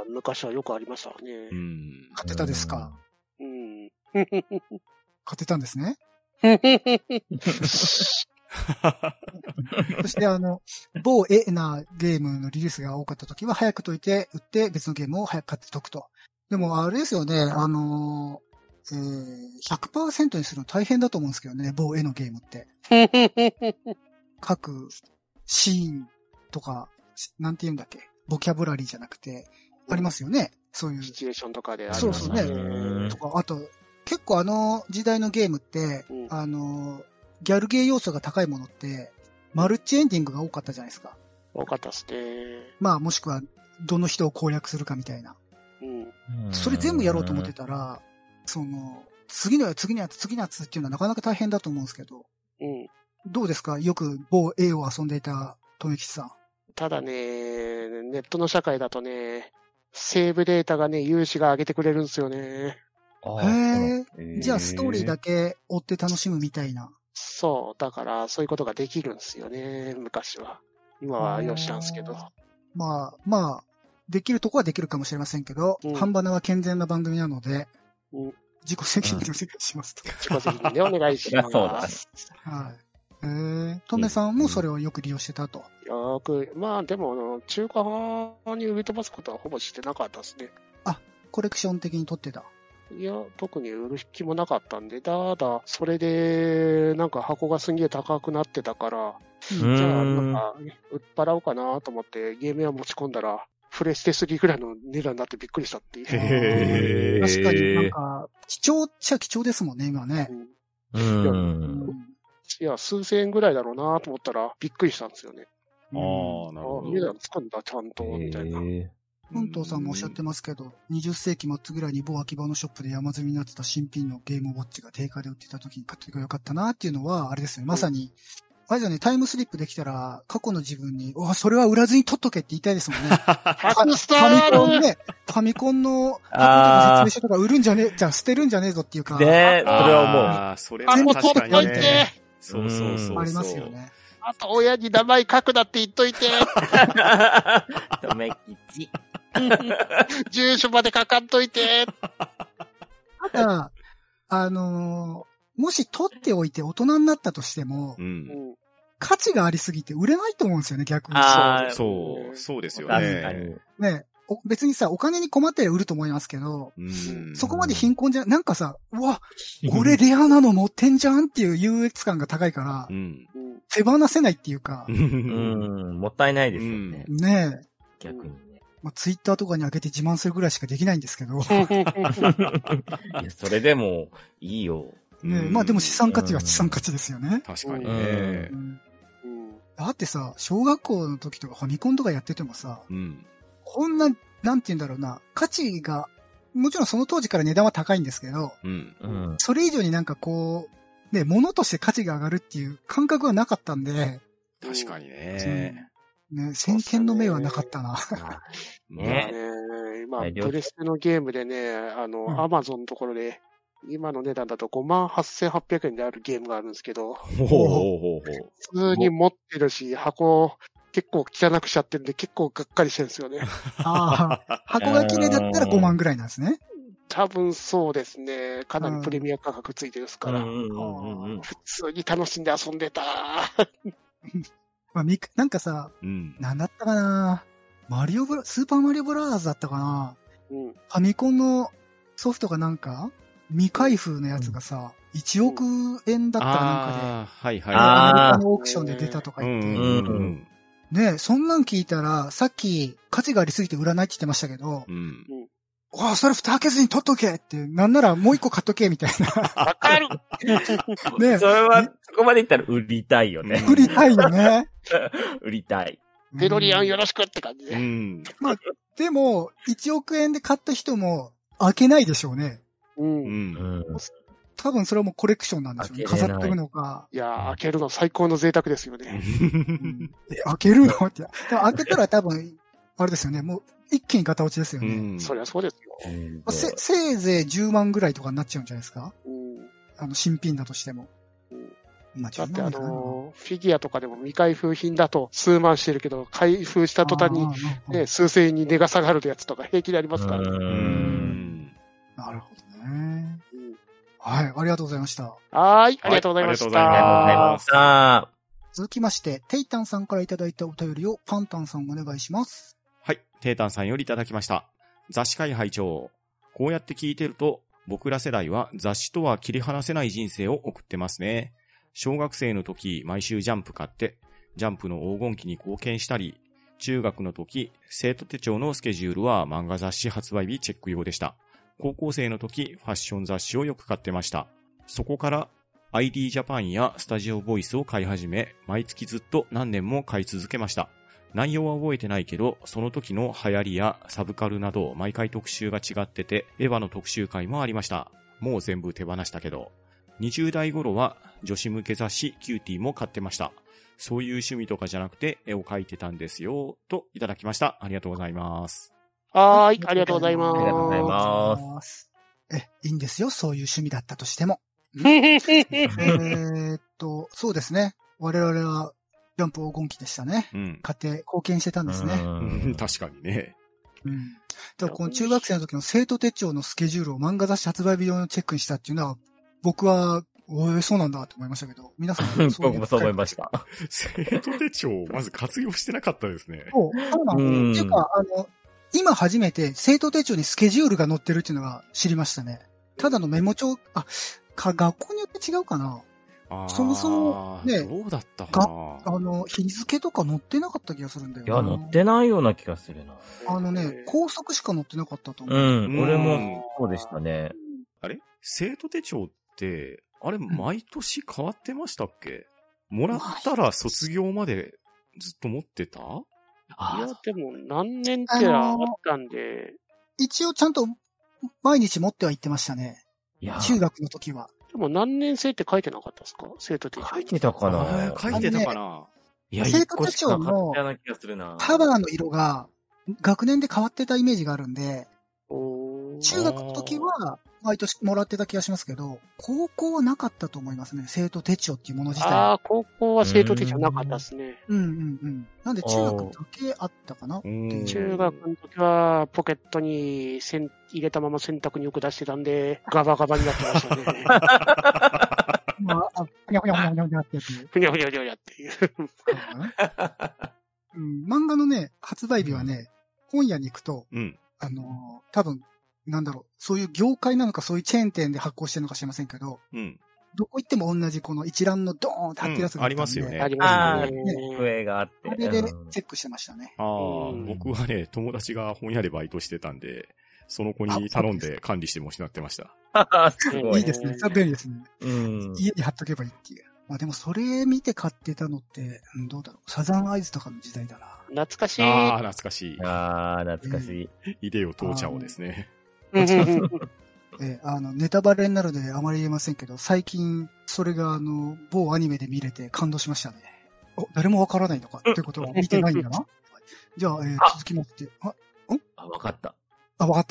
S1: あ、昔はよくありましたわね
S2: う。ん。
S3: 買ってたですか。
S1: うん。
S3: 買ってたんですね。 そして、あの、某エなゲームのリリースが多かった時は、早く解いて、売って、別のゲームを早く買って解くと。でも、あれですよね、あのーえー、100%にするの大変だと思うんですけどね、某エのゲームって。 各シーンとか、しなんて言うんだっけ、ボキャブラリーじゃなくて、ありますよね。そういう
S1: シ。チュエーションとかであります
S3: そうそうね
S4: うん
S3: とか、あと、結構あの時代のゲームって、
S1: うん
S3: あの、ギャルゲー要素が高いものって、マルチエンディングが多かったじゃないですか。
S1: 多かったっすね。
S3: まあ、もしくは、どの人を攻略するかみたいな。
S1: うん。
S3: それ全部やろうと思ってたら、その、次のやつ、次のやつ、次のやつっていうのはなかなか大変だと思うんですけど、
S1: うん。
S3: どうですかよく某 A を遊んでいた富吉さん。
S1: ただね、ネットの社会だとね、セーブデータがね、有志が上げてくれるんですよね。
S4: あ
S3: へ
S4: ー。
S3: えじゃあストーリーだ
S4: け。
S3: け追って楽しむみたいな。
S1: そう。だから、そういうことができるんですよね、昔は。今はよしなんですけど。
S3: まあ、まあ、できるとこはできるかもしれませんけど、
S1: うん
S3: 半端なは健全な番組なので、
S1: うん
S3: 自己責任でお願いしますと。
S1: 自己責任 でお願いしま
S4: そりゃ
S1: す。
S3: はい。えー、トメさんもそれをよく利用してたと。
S1: よーく、まあでもあの、中華派に売り飛ばすことはほぼしてなかったですね。
S3: コレクション的に撮ってた。
S1: いや、特に売る気もなかったんで、ただ、それで、なんか箱がすんげえ高くなってたから、
S4: う
S1: じゃあ、
S4: ん
S1: なんか、売っ払おうかなと思って、ゲーム屋持ち込んだら、プレステ3ぐらいの値段になってびっくりしたっていう。
S2: へ
S3: 確
S2: ー
S3: かになんか、貴重っちゃ貴重ですもんね、今ね
S1: う。ん
S4: うん。
S3: うん
S1: いや、数千円ぐらいだろうなと思ったら、びっくりしたんですよね。
S2: ああ、
S1: あ
S2: なるほ
S1: あ、
S2: ど。
S1: 値段つくんだ、ちゃんと、みたいな。
S4: え
S3: 本藤さんもおっしゃってますけど、20世紀末ぐらいに某秋葉のショップで山積みになってた新品のゲームウォッチが定価で売ってた時に買ってがよかったなっていうのは、あれですよね。まさに、あれですよね、タイムスリップできたら、過去の自分に、おそれは売らずに取っとけって言いたいですもん ね。
S1: ハクスタ
S3: ファミコン
S1: ー
S3: ね、ファミコンの、
S4: あー
S3: 説明書とか売るんじゃねえ、じゃあ捨てるんじゃねえぞっていうか、
S4: ねえ、それは
S2: ああ、それは
S1: あ、もう
S2: 確
S1: 取
S2: か
S1: っと
S2: に
S1: いて、
S2: ね。そうそうそうそう。
S3: ありますよね。
S1: あと親に名前書くなって言っとい て、
S4: 思う。とめ吉。
S1: 住所まで書かんといて、
S3: ただ、あのーもし取っておいて大人になったとしても
S2: う、。
S1: うんん、
S3: 価値がありすぎて売れないと思うんですよね、逆に。
S4: あー
S2: そう、そうですよ
S4: 確
S2: ね。
S4: かに。
S3: ねお別にさ、お金に困ったら売ると思いますけど、
S2: うん。
S3: そこまで貧困じゃ、なんかさ、うわ、俺レアなの持ってんじゃんっていう優越感が高いから
S2: う、ん。
S1: うん。
S3: 手放せないっていうか
S2: う、。
S4: うんん、もったいないですよね。
S3: ねえ、
S4: 逆にね。
S3: まあ、ツイッターとかに上げて自慢するぐらいしかできないんですけど、
S4: いや、それでも、いいよ。
S3: ねえまあでも資産価値は
S4: うん
S3: 資産価値ですよね。
S2: 確かにね
S3: う。んだってさ、小学校の時とかファミコンとかやっててもさ、
S2: うん。
S3: こんな、なんて言うんだろうな、価値が、もちろんその当時から値段は高いんですけど、
S2: うん。
S4: うん。
S3: それ以上になんかこう、ね、物として価値が上がるっていう感覚はなかったんで、
S2: 確かにね。
S3: ね、先見の明はなかったな。
S1: ね
S4: ね
S1: え、今、
S4: はい
S1: プレステのゲームでね、あの、
S3: うん
S1: アマゾンのところで、今の値段だと5万8800円であるゲームがあるんですけど、
S2: ほうほうほうほ
S1: 普通に持ってるし、箱、結構汚くしちゃってるんで、結構がっかりしてるんですよね。
S3: ああ、 箱が綺麗だったら5万ぐらいなんですね。
S1: 多分そうですね。かなりプレミア価格ついてるです
S4: う
S1: から、
S4: んうんうんうんうん。
S1: 普通に楽しんで遊んでた。
S3: まあ、みくなんかさ、
S2: う。うん。
S3: なんだったかなマリオブラ、スーパーマリオブラザーズだったかな
S1: うん。
S3: ファミコンのソフトがなんか、未開封のやつがさ、1億円だったらなんかで、
S2: ああ、はいは
S3: アメリ
S2: い。
S4: あー
S3: カのオークションで出たとか
S2: う
S3: 言
S2: ん
S3: っ
S2: う
S3: て、
S2: んうん
S3: ねそんなん聞いたら、さっき価値がありすぎて売らないって言ってましたけど、
S2: うん。うん。
S3: わあ、それ蓋開けずに取っとけって、なんならもう一個買っとけみたい な。
S1: わかる
S3: ねえ
S4: それは、そこまでいったら売りたいよね。
S2: うん
S3: 売りたいよね。
S4: 売りたい。
S1: デロリアンよ
S3: ろ。
S1: ろしくって感じ
S2: う
S1: で。
S2: ん。
S3: でも、1億円で買った人も開けないでしょうね。
S1: うん。
S2: う
S1: い
S2: ん。
S4: ん。
S3: 多分それはもうコレクションなんでしょうね。
S4: 開けれ
S3: 飾
S4: ない
S3: ってるのか。
S1: やー、開けるの最高の贅沢ですよね。
S3: うんえ開けるのって。でも開けたら多分、あれですよね。もう一気にガタ落ちですよ
S2: う
S3: ね。
S2: ん。
S1: そりゃそうですよ。
S3: まあせせいぜい10万ぐらいとかになっちゃうんじゃないですか
S1: うん。
S3: あの、新品だとしても。
S1: うん
S3: まあ、
S1: だっ
S3: 10
S1: て
S3: 万
S1: あ
S3: ぐらいかな
S1: のーフィギュアとかでも未開封品だと数万してるけど、開封した途端に、
S3: あー
S1: ね、数千円に値が下がるやつとか平気でありますから。
S2: う
S4: うん。
S2: ん。
S3: なるほどね。
S1: うん
S3: はい、ありがとうございました。
S1: はーい、ありがとうございまし
S2: は
S4: ありがとう
S2: い
S4: ござい
S1: た。
S4: ました。
S3: 続きまして、テイタンさんからいただいたお便りをパンタンさんお願いします。
S2: はい。テータンさんよりいただきました。雑誌会拝聴こうやって聞いてると、僕ら世代は雑誌とは切り離せない人生を送ってますね。小学生の時、毎週ジャンプ買って、ジャンプの黄金期に貢献したり、中学の時、生徒手帳のスケジュールは漫画雑誌発売日チェック用でした。高校生の時、ファッション雑誌をよく買ってました。そこから、ID ジャパンやスタジオボイスを買い始め、毎月ずっと何年も買い続けました。内容は覚えてないけど、その時の流行りやサブカルなど、毎回特集が違ってて、エヴァの特集会もありました。もう全部手放したけど。20代頃は女子向け雑誌キューティーも買ってました。そういう趣味とかじゃなくて絵を描いてたんですよ、といただきました。ありがとうございます。
S1: はーい、ありがとうございま
S4: ありがとうござい
S1: す。
S4: ます。
S3: え、いいんですよ、そういう趣味だったとしても。えーっと、そうですね。我々は、ジャンプ黄金期でしたね。
S2: うん。
S3: 買って貢献してたんですね。
S2: 確かにね。
S3: うん。だからこの中学生の時の生徒手帳のスケジュールを漫画雑誌発売日用のチェックにしたっていうのは、僕は、おえそうなんだと思いましたけど、皆さんは う
S4: 僕もそう思いました。
S2: 生徒手帳をまず活用してなかった ですね。
S3: そう、そうなんです
S4: うん
S3: よ。っていうか、あの、今初めて生徒手帳にスケジュールが載ってるっていうのが知りましたね。ただのメモ帳、あ、か、学校によって違うかな
S2: あー
S3: そもそもね
S2: どうだったかな
S3: あの、日付とか載ってなかった気がするんだよ
S4: い
S3: な。
S4: や、乗ってないような気がするな。
S3: あのね、高速しか載ってなかったと思
S4: う
S3: う。
S4: ん、俺もそうでしたね。
S2: あれ生徒手帳って、あれ、毎年変わってましたっけもらったら卒業までずっと持ってた
S1: いや
S4: あ、
S1: でも何年ってあったんで、
S3: 一応ちゃんと毎日持っては行ってましたね。
S4: いや、
S3: 中学の時は。
S1: でも何年生って書いてなかったですか生徒手帳。
S4: 書いてたか
S2: あ
S4: な
S2: ー書いてたかな、
S4: いや、
S3: 生
S4: 一
S3: 徒
S4: 個
S3: 手
S4: しか
S3: 帳
S4: 買っ
S3: の
S4: たような気がするな。
S3: カバーの色が学年で変わってたイメージがあるんで、
S1: おー
S3: 中学の時は毎年もらってた気がしますけど、高校はなかったと思いますね。生徒手帳っていうもの自体。
S1: ああ、高校は生徒手帳なかったですね。
S3: うんうんうん。なんで中学だけあったかな。
S2: うん
S1: 中学の時はポケットにせん入れたまま洗濯によく出してたんで、ガバガバになってましたね。
S3: まあ、あふにゃふにゃふにゃふにゃふにゃってやつ。
S1: ふにゃふにゃふにゃふにゃっていう。
S3: うん、漫画のね、発売日はね、本屋に行くと、
S2: うん。
S3: あのー多分、なんだろう、そういう業界なのか、そういうチェーン店で発行してるのか知りませんけど、
S2: うん。
S3: どこ行っても同じこの一覧のドーンって貼ってるやつ
S2: う
S3: が
S2: んあり
S3: ったんで
S2: ますよね。
S1: あります
S4: 机
S1: ね。
S4: があって。
S3: あれで
S4: うん
S3: チェックしてましたね。
S2: ああ、
S1: うん
S2: 僕はね、友達が本屋でバイトしてたんで、その子に頼んで管理してもらってました。
S4: すご
S3: い
S4: い
S3: い。ですね。それは便利ですね。
S4: うん。
S3: 家に貼っとけばいいっていう。まあでも、それ見て買ってたのって、うんどうだろう。サザンアイズとかの時代だな。
S1: 懐かしい。
S2: ああ、懐かし
S4: あー、懐かしい。
S2: い。いでよ、父ちゃんをですね。
S3: えーあの、ネタバレになるのであまり言えませんけど、最近、それがあの、某アニメで見れて感動しましたね。お、誰もわからないのかってことは見てないんだな。 じゃあ、えー
S4: あ
S3: 続きまして。あ、
S4: あ、わかった。
S3: あ、わかっ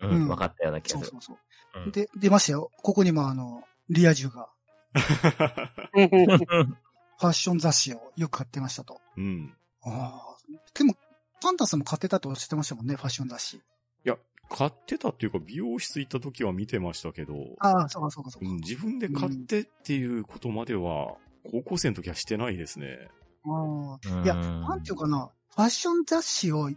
S3: た
S4: う
S3: うん
S4: ん、わかったような気
S3: そ
S4: が
S3: う
S4: する
S3: そ。うそう。
S4: うん
S3: で、出ましたよ。ここにもあの、リア充が、ファッション雑誌をよく買ってましたと。
S2: うん。
S3: ああ。でも、パンタさんも買ってたとおっしゃってましたもんね、ファッション雑誌。
S2: いや、買ってたっていうか、美容室行った時は見てましたけど、
S3: ああ、そうかそうかそう
S2: う
S3: か。
S2: ん、自分で買ってっていうことまでは、高校生の時はしてないですね。
S3: ああ。いや、なんていうかな、ファッション雑誌を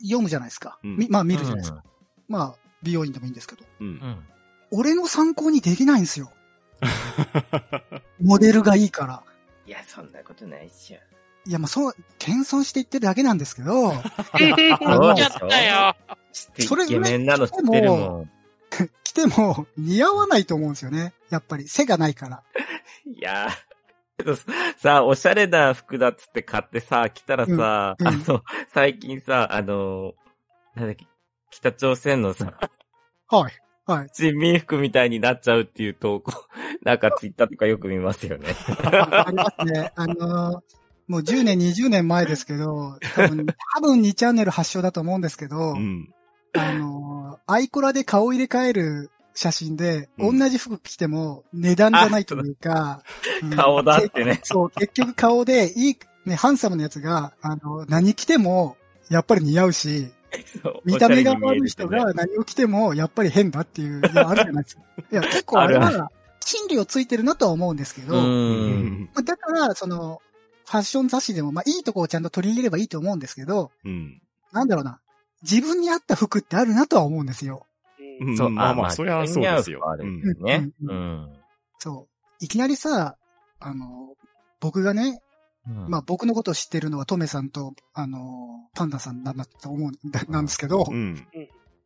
S3: 読むじゃないですか。
S2: うん
S3: みまあ見るじゃないですか。まあ、美容院でもいいんですけど。
S2: う。
S4: うんん。
S3: 俺の参考にできないんですよ。モデルがいいから。
S4: いや、そんなことないっしょ。
S3: いや、まあ、そう、謙遜して言ってるだけなんですけど、
S1: 言っちゃったよ。
S4: 知って
S3: それ
S4: イケメンなの知ってるもん。
S3: 来ても似合わないと思うんですよね。やっぱり、背がないから。
S4: いやー。 さあ、おしゃれな服だっつって買ってさ、着たらさ、
S3: うんうん
S4: あの、最近さ、あの、なんだっけ、北朝鮮のさ、
S3: はい。はい。
S4: 人民服みたいになっちゃうっていう投稿、 なんかツイッターとかよく見ますよね。
S3: ありますね。あのーもう10年、20年前ですけど、多分、多分2チャンネル発祥だと思うんですけど、
S2: うん。
S3: あのーアイコラで顔入れ替える写真で、
S2: うん
S3: 同じ服着ても値段じゃないというか、うん
S4: 顔だってね。
S3: そう、結局顔で、いい、ね、ハンサムなやつが、あの、何着ても、やっぱり似合うし、
S4: そう
S3: 見た目が悪い人、
S4: おしゃれに見える
S3: が何を着ても、やっぱり変だっていうのあるじゃないですか。いや、結構あれ
S4: あ
S3: は、真理をついてるなとは思うんですけ
S4: け
S3: ど、
S4: ど
S3: ま
S2: う
S4: ね
S2: ん。
S3: あだから、その、ファッション雑誌でも、まあ、いいとこをちゃんと取り入れればいいと思うんですけど、
S2: うん。
S3: なんだろうな。自分に合った服ってあるなとは思うんですよ。
S2: う
S1: うん
S2: ん。
S4: そう
S2: まあまあ、そりゃそう
S4: 似
S2: ですよ。
S4: 合う
S2: う
S4: 服はあ
S2: ん
S4: る。うん。ね。
S3: う
S4: うんん。
S3: そう。いきなりさ、あの、僕がね、まあ僕のことを知ってるのはトメさんと、あの、パンダさんなんだと思うんだ、なんですけど、
S2: うん。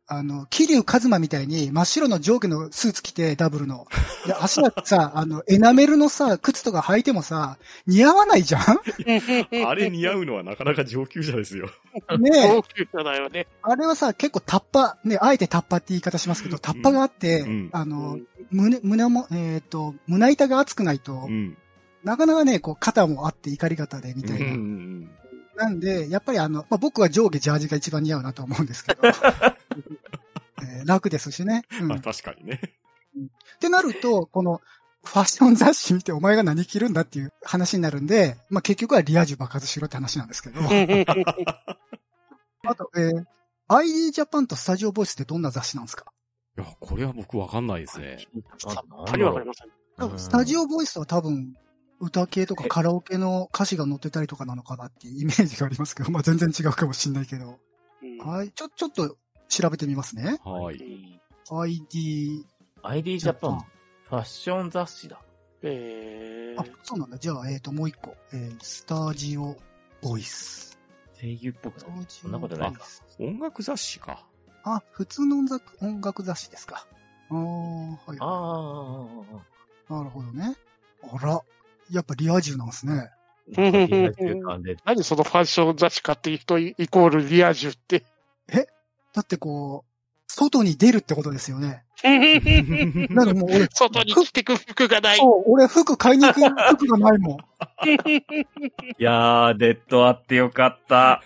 S3: あの、桐生一馬みたいに真っ白の上下のスーツ着てダブルの。で、足はさ、あの、エナメルのさ、靴とか履いてもさ、似合わないじゃん
S2: あれ似合
S1: う。
S2: うのはなかなか上級者ですよ。
S3: ねえ
S1: 高級者だよね。
S3: あれはさ、結構タッパ、ね、あえてタッパって言い方しますけど、タッパがあって、
S2: うん
S3: あ
S1: う
S3: の
S1: ん、
S3: 胸、胸も、えっ、と、胸板が厚くないと、
S2: うん。
S3: なかなかね、こう、肩もあって怒り方で、み
S2: う
S3: たいな。
S2: ん。
S3: なんで、やっぱりあの、まあ、僕は上下ジャージが一番似合うなと思うんです けど。えー楽ですしね。うん
S2: まあ
S3: っ
S2: 確かにね。
S3: てなると、この、ファッション雑誌見てお前が何着るんだっていう話になるんで、まあ、結局はリア充爆発しろって話なんですけど。あと、えー、ID ジャパンとスタジオボイスってどんな雑誌なんですか
S2: いや、これは僕わかんないですね。
S1: さっぱりわかりません。
S3: 多分スタジ
S4: オ
S3: オボイスは多分、歌系とかカラオケの歌詞が載ってたりとかなのかなっていうイメージがありますけど、まあ、全然違うかもしれないけど。はい、ちょ、ちょっと調べてみますね。
S2: は
S1: う
S2: い。
S1: ん
S3: ID、
S4: ID ジャパン。ファッション雑誌だ。
S1: え
S3: あ
S1: ー、
S3: そうなんだ。じゃあ、えっ、と、もう一個。えースタジオボイス。
S4: 声優っぽく
S3: ス
S4: ない
S3: タジ
S4: そ
S3: オ
S4: んなことないか。
S2: 音楽雑誌か。
S3: あ、普通の音楽音楽雑誌ですか。あーはい。
S4: ああ、
S3: なるほどね。あら。やっぱリア充なんですね。
S1: うん
S4: リア充なんで
S1: 何そのファッション雑誌買っていくとイコールリア充って。
S3: だってこう、外に出るってことですよね。なんかもう俺、
S1: 外に着てく服がない。
S3: そう、俺服買いに行く服がないもん。
S4: いやー、デッドあってよかった。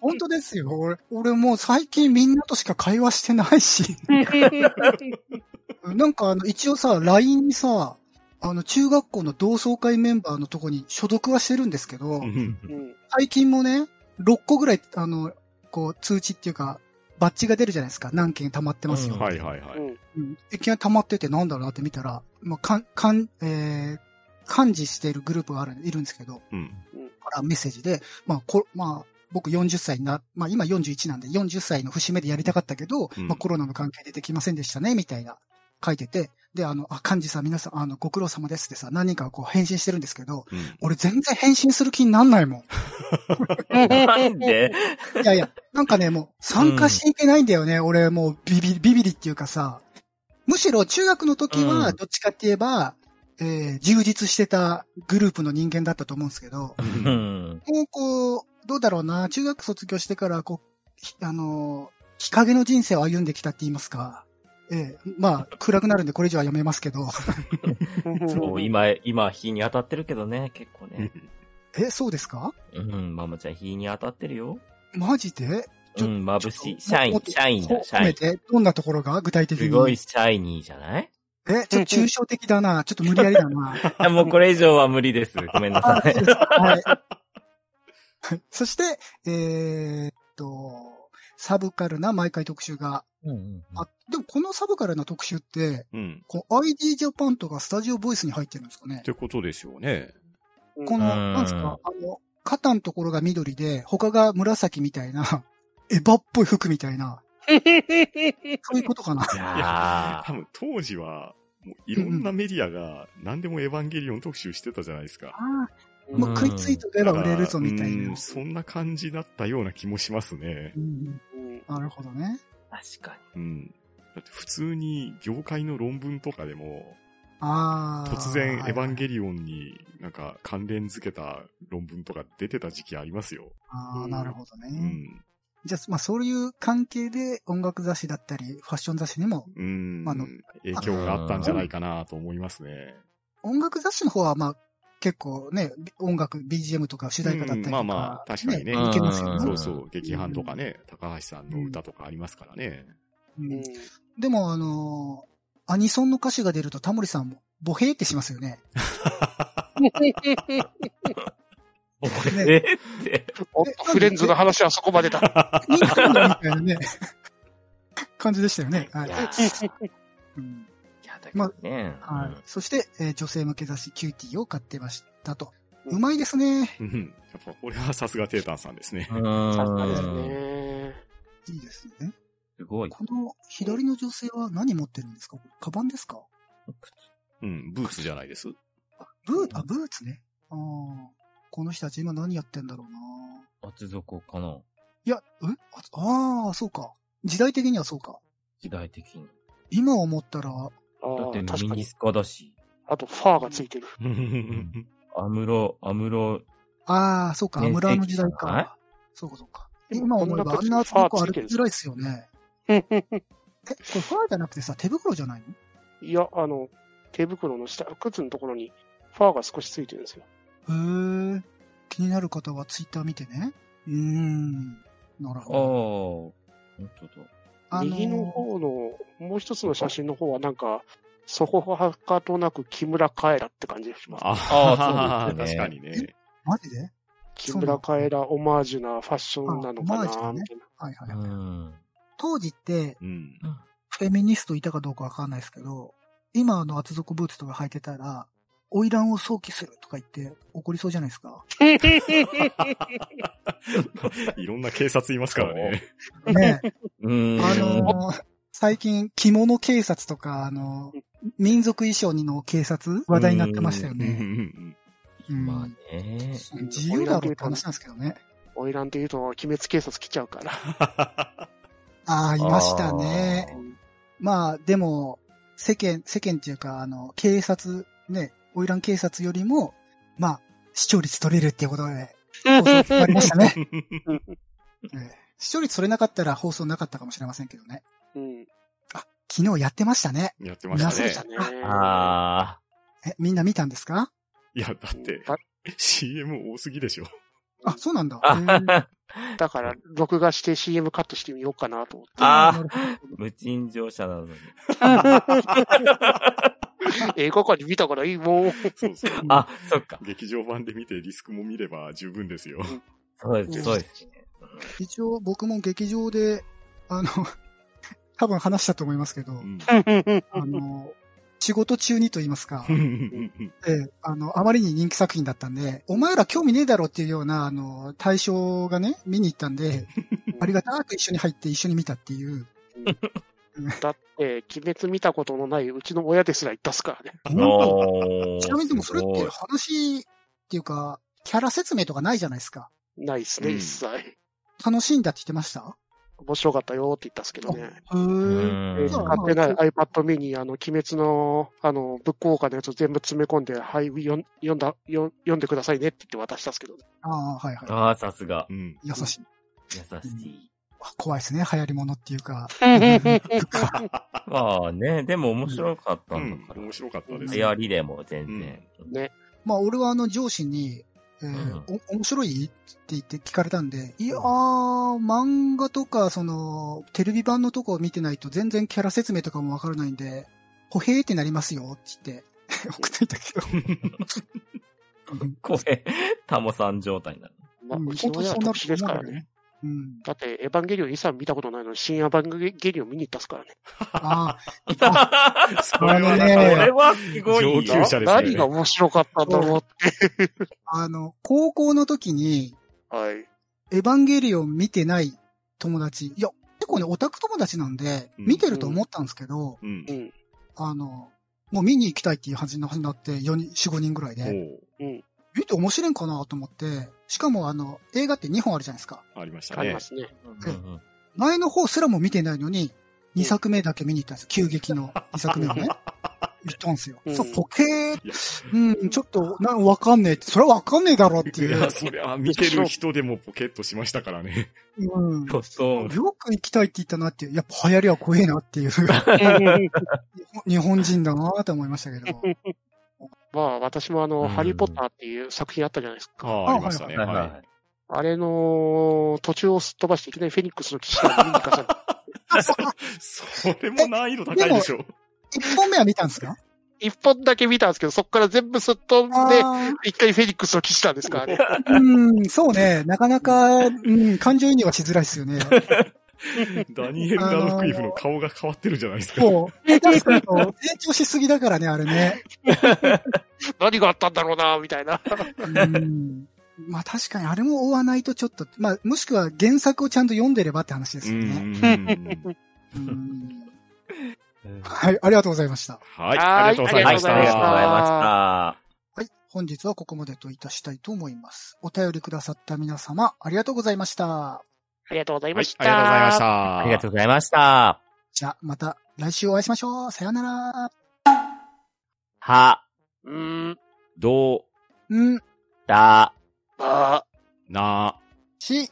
S3: 本当ですよ。俺、俺もう最近みんなとしか会話してないし。 なんかあの、一応さ、LINE にさ、あの、中学校の同窓会メンバーのとこに所属はしてるんですけど、
S2: う
S1: う
S2: ん
S1: ん
S3: 最近もね、6個ぐらい、あの、こう、通知っていうか、バッジが出るじゃないですか。何件溜まってますよ。
S2: はいはいはい。
S3: うんいきなり溜まっててなんだろうなって見たら、まあ、かん、かん、えー、漢字してるグループがある、いるんですけど、
S2: うん。
S3: からメッセージで、まあ、こ、まあ、僕40歳にな、まあ今41なんで40歳の節目でやりたかったけど、
S2: うん
S3: まあコロナの関係でできませんでしたね、みたいな書いてて、で、あの、あ、幹事さん皆さん、あの、ご苦労様ですってさ、何人かこう返信してるんですけど、
S2: うん
S3: 俺全然返信する気になんないも
S4: なんで
S3: ん。いやいや、なんかね、もう参加していけないんだよね、俺もうビビ、ビビリっていうかさ、むしろ中学の時
S4: う
S3: は、
S4: ん
S3: どっちかって言えば、えー充実してたグループの人間だったと思うんですけど、
S4: うん。
S3: 高校、どうだろうな、中学卒業してから、こう、ひあのー、日陰の人生を歩んできたって言いますか。ええ、まあ、暗くなるんでこれ以上はやめますけど。
S4: そう、今、今、日に当たってるけどね、結構ね。
S3: え、そうですか
S4: うん、ママちゃん、日に当たってるよ。
S3: マジでち
S4: う
S3: ょ
S4: ん、眩しい。
S3: ち
S4: シ
S3: ょっと
S4: ャイ
S3: も
S4: ン
S3: っ、と
S4: シャインだ、シ
S3: 褒
S4: ャイ
S3: め
S4: ン。
S3: て、どんなところが具体的に。
S4: すごいシャイニーじゃない
S3: え、ちょっと抽象的だな。ちょっと無理やりだ な。
S4: あもうこれ以上は無理です。ごめんなさ
S3: は
S4: い。
S3: い。はい そして、えーっと、サブカルな毎回特集が、あ、でもこのサブカルな特集って、
S2: うん。
S3: この ID ジャパンとかスタジオボイスに入ってるんですかね
S2: ってことでしょうね。
S3: この、
S4: うん
S3: なんですか、あの、肩のところが緑で、他が紫みたいな、エヴァっぽい服みたいな、そういうことかな。
S4: いや
S2: 多分当時は、もういろんなメディアが何でもエヴァンゲリオン特集してたじゃないですか。
S1: うん
S3: もう食いついとけば売れるぞみたい
S2: うん
S3: な。
S2: そんな感じだったような気もしますね。
S3: うんなるほどね。
S4: ー、確か
S2: うん。だって普通に業界の論文とかでも、
S3: ああ。
S2: 突然エヴァン
S3: リ
S2: ゲリオンになんか関連付けた論文とか出てた時期ありますよ。
S3: ああ、なるほどね。
S2: うん。
S3: じゃあ、まあそういう関係で音楽雑誌だったり、ファッション雑誌にも、
S2: うん
S3: まああの。
S2: 影響があったんじゃないかなと思いますね。
S3: 音楽雑誌の方はまあ結構ね、音楽、BGM とか主題歌だったりとか、
S2: うんまあまあ確かにね
S3: いけますよ
S4: うん
S3: ね
S2: そうそう、劇伴とかね、高橋さんの歌とかありますからね。
S3: うんでも、あのーアニソンの歌詞が出るとタモリさんも、ボヘーってしますよね。
S4: に。
S3: ね
S4: えって。
S1: おっとフレンズの話はそこまでだ。
S3: みたいなね、感じでしたよね。はいい。
S4: やー、い
S3: うん
S4: やだけどね。
S3: はいそして、えー女性向け雑誌キューティーを買ってましたと。
S1: うん
S3: うまいですね。
S2: うん。やっぱこれはさすがテータンさんですね。
S4: うん
S1: さすがですね。
S3: いいですね。
S4: すごい。
S3: この左の女性は何持ってるんですかカバンですか
S2: うん、ブーツじゃないです。
S3: あブーあ、ブーツね。あーこの人たち今何やってんだろうな
S4: 厚底かない
S3: や、えああー、そうか。時代的にはそうか。
S4: 時代的に。
S3: 今思ったら、
S1: あ
S4: だっ
S1: ー
S4: て
S1: 確
S4: ミ
S1: か
S4: ニ
S1: に。
S4: スカだし。
S1: あと、ファーがついてる。
S2: うん
S4: アムロ、アムロ、
S3: ああ、そうか、
S4: ね
S3: アムラの時代
S4: 正規じゃない
S3: か。そうか、そうか。
S1: でも
S3: 今思えば、あ
S1: こん
S3: ん
S1: な
S3: な
S1: 時
S3: 厚底歩きづら
S1: フ
S3: いっすよね。
S1: い
S3: え、これファーじゃなくてさ、手袋じゃないの
S1: や、あの、手袋の下、靴のところにファーが少しついてるんですよ。
S3: へえ。気になる方はツイッター見てね。うーん。なる
S4: あ
S3: ほ
S4: あ、
S3: ど。
S4: ほんとだ。
S3: あ
S1: 右の
S3: の、
S1: 方の、もう一つの写真の方はなんか、そこはかとなく木村カエラって感じがします。
S4: あーそうですね
S2: 確かにね。
S3: マジで
S1: 木村カエラオマージュなファッションなのか
S3: あオマージュだ
S1: な、
S3: ね
S1: みたいな。
S3: はいはいうはい。
S4: ん。
S3: 当時って、
S2: うん。
S3: フェミニストいたかどうかわかんないですけど、今あの厚底ブーツとか履いてたら、花魁を想起するとか言って怒りそうじゃないですか。
S2: いろんな警察いますからね。
S3: ねえ
S4: うん。
S3: あのー最近、着物警察とか、あのー民族衣装の警察話題になってましたよ
S2: うんうん
S3: ね。うん
S4: まあね。
S1: ん
S3: 自由だろうって話なんですけどね。
S1: オイランというと、鬼滅警察来ちゃうから。
S3: ああ、いましたね。まあ、でも、世間、世間っていうか、あの、警察、ね、花魁警察よりも、まあ、視聴率取れるっていうことで、放送決まりました ね。ええ視聴率取れなかったら放送なかったかもしれませんけどね。
S1: うん。
S3: あ、昨日やってましたね。
S2: やってました
S3: そう
S2: ね
S3: で。すね
S1: あ。
S4: あ
S3: え、みんな見たんですか
S2: いや、だって、
S1: だ
S2: CM 多すぎでしょ。
S3: あ、そうなんだ。
S4: あ。
S3: うん
S4: あ
S1: だから、録画して CM カットしてみようかなと思って。
S4: あー、無賃乗車なのに。
S1: 映画館で見たからいいもん。
S2: そうそう。
S4: あ、そっか。
S2: 劇場版で見てリスクも見れば十分ですよ。
S4: そうです、そうですね。
S3: 一応僕も劇場で、あの、 多分話したと思いますけど、
S2: うん
S3: あの、仕事中にと言いますか、
S2: うん
S3: ええあの、あまりに人気作品だったんで、お前ら興味ねえだろっていうような、あの、対象がね、見に行ったんで、ありがたく一緒に入って一緒に見たっていう、
S1: だって、鬼滅見たことのないうちの親ですら言ったっすからね。
S4: おー
S3: ちなみにでもそれっ
S4: す
S3: て
S4: ごい
S3: 話っていうか、キャラ説明とかないじゃないですか。
S1: ないっすね、
S2: うん
S1: 一切。
S3: 楽しいんだって言ってました
S1: 面白かったよって言ったっすけどね。
S3: へ
S4: う
S1: え
S3: ー
S4: ん
S1: ー使ってない iPad mini、あの、鬼滅の、あの、ブックウォーカーのやつを全部詰め込んで、はい、よん読んだ、よん読んでくださいねって言って渡したっすけどね。
S3: ああ、はいは
S4: ああ、さすが。
S2: うん。
S3: い。優しい。
S4: 優しい。
S3: あ怖いですね、流行り物っていうか。
S4: まあね、でも面白かった
S2: うん
S4: だ
S2: ん
S4: から。
S2: 面白かったです。
S4: 流行りでも全然。
S3: まあ、俺はあの上司に、えーお面白いって言って聞かれたんで、いやー、漫画とか、その、テレビ版のとこを見てないと全然キャラ説明とかもわからないんで、ほへーってなりますよって言って送っていたけど。うん
S4: これ、タモさん状態になる。
S1: まあ、
S3: うん
S1: うちの親は特殊ですからね。。
S3: 本当にそんなことなんだようん。
S1: だって、エヴァンゲリオン一切見たことないのに、新エヴァンゲリオン見に行ったっすからね。
S3: あ
S2: それは
S3: あのね
S2: な
S4: これはすごいよ。
S2: 上級者ですね
S1: 何が面白かったと思って。
S3: あ、あの、高校の時に、
S1: はい。
S3: エヴァンゲリオン見てない友達、いや、結構ね、オタク友達なんで、
S2: うん
S3: 見てると思ったんですけど、
S2: うん
S1: う。ん。
S3: あの、もう見に行きたいっていう話になって、4人、4、5人ぐらいで、
S2: も
S3: 見て面白いんかなと思って、しかもあの、映画って2本あるじゃないですか。
S2: う、ありました
S1: あり
S2: ね
S1: ま。 すね。
S4: うんうん
S3: 前の方すらも見てないのに、2作目だけ見に行ったんですよ。急激の2作目 をね。行ったんですよ。
S1: うん
S3: そう、ポケー
S2: いや、
S3: うん、ちょっと、な、わかんねえって、それはわかんねえだろって
S2: い
S3: いう。
S2: や、それは見てる人でもポケットしましたからね。
S3: うん。
S4: そうそう。
S3: よく行きたいって言ったなっていう、やっぱ流行りは怖えな っていう、日本人だなと思いましたけど。
S1: まあ、私もあ
S4: う
S1: の、
S4: ん
S1: ハリーポッターっていう作品あったじゃないです
S2: あ
S1: か。
S2: あ、ありましたね。
S4: はい
S2: は
S4: は
S1: あれの途中をすっ飛ばしていきなりフェニックスの騎士団を見に行かさ れた。
S2: い。それも難易度高いでしょ。
S3: 一本目は見たんですか
S1: 一本だけ見たんですけど、そっから全部すっ飛んで、
S3: あ
S1: 一回フェニックスの騎士団です からね。
S3: ーうん、そうね。なかなか、うん、感情移入はしづらいですよね。
S2: ダニエル・ラドクイフの顔が変わってるじゃないです か。
S3: そう。下手すると成長しすぎだからね、あれね。
S1: 何があったんだろうな、みたいな。
S3: うん。まあ確かにあれも追わないとちょっと、まあもしくは原作をちゃんと読んでればって話です
S2: う
S3: よ
S2: んう
S3: ね。
S2: んうん。
S3: うん
S4: うん
S3: はい、ありがとうございました。
S2: はい、
S1: はい
S2: ありがとうございまし
S1: あ
S4: あ
S1: り
S4: り
S1: が
S4: が
S1: とう
S4: とう
S1: ご
S4: ご
S1: ざ
S4: ざ
S1: い
S4: い
S1: まし
S4: ましたた。
S3: はい。本日はここまでといたしたいと思います。お便りくださった皆様、ありがとうございました。
S1: ありがとうござい
S2: は
S1: ま
S2: い
S1: し、
S2: あ
S1: た。
S2: りがとうございまし。
S1: した
S4: ありがとうございました。
S3: じゃあ、また来週お会いしましょう。さよなら。
S4: は、
S1: た。うーん、
S2: ど
S3: うん、
S4: だ、
S1: あー。
S2: う、な、
S3: し、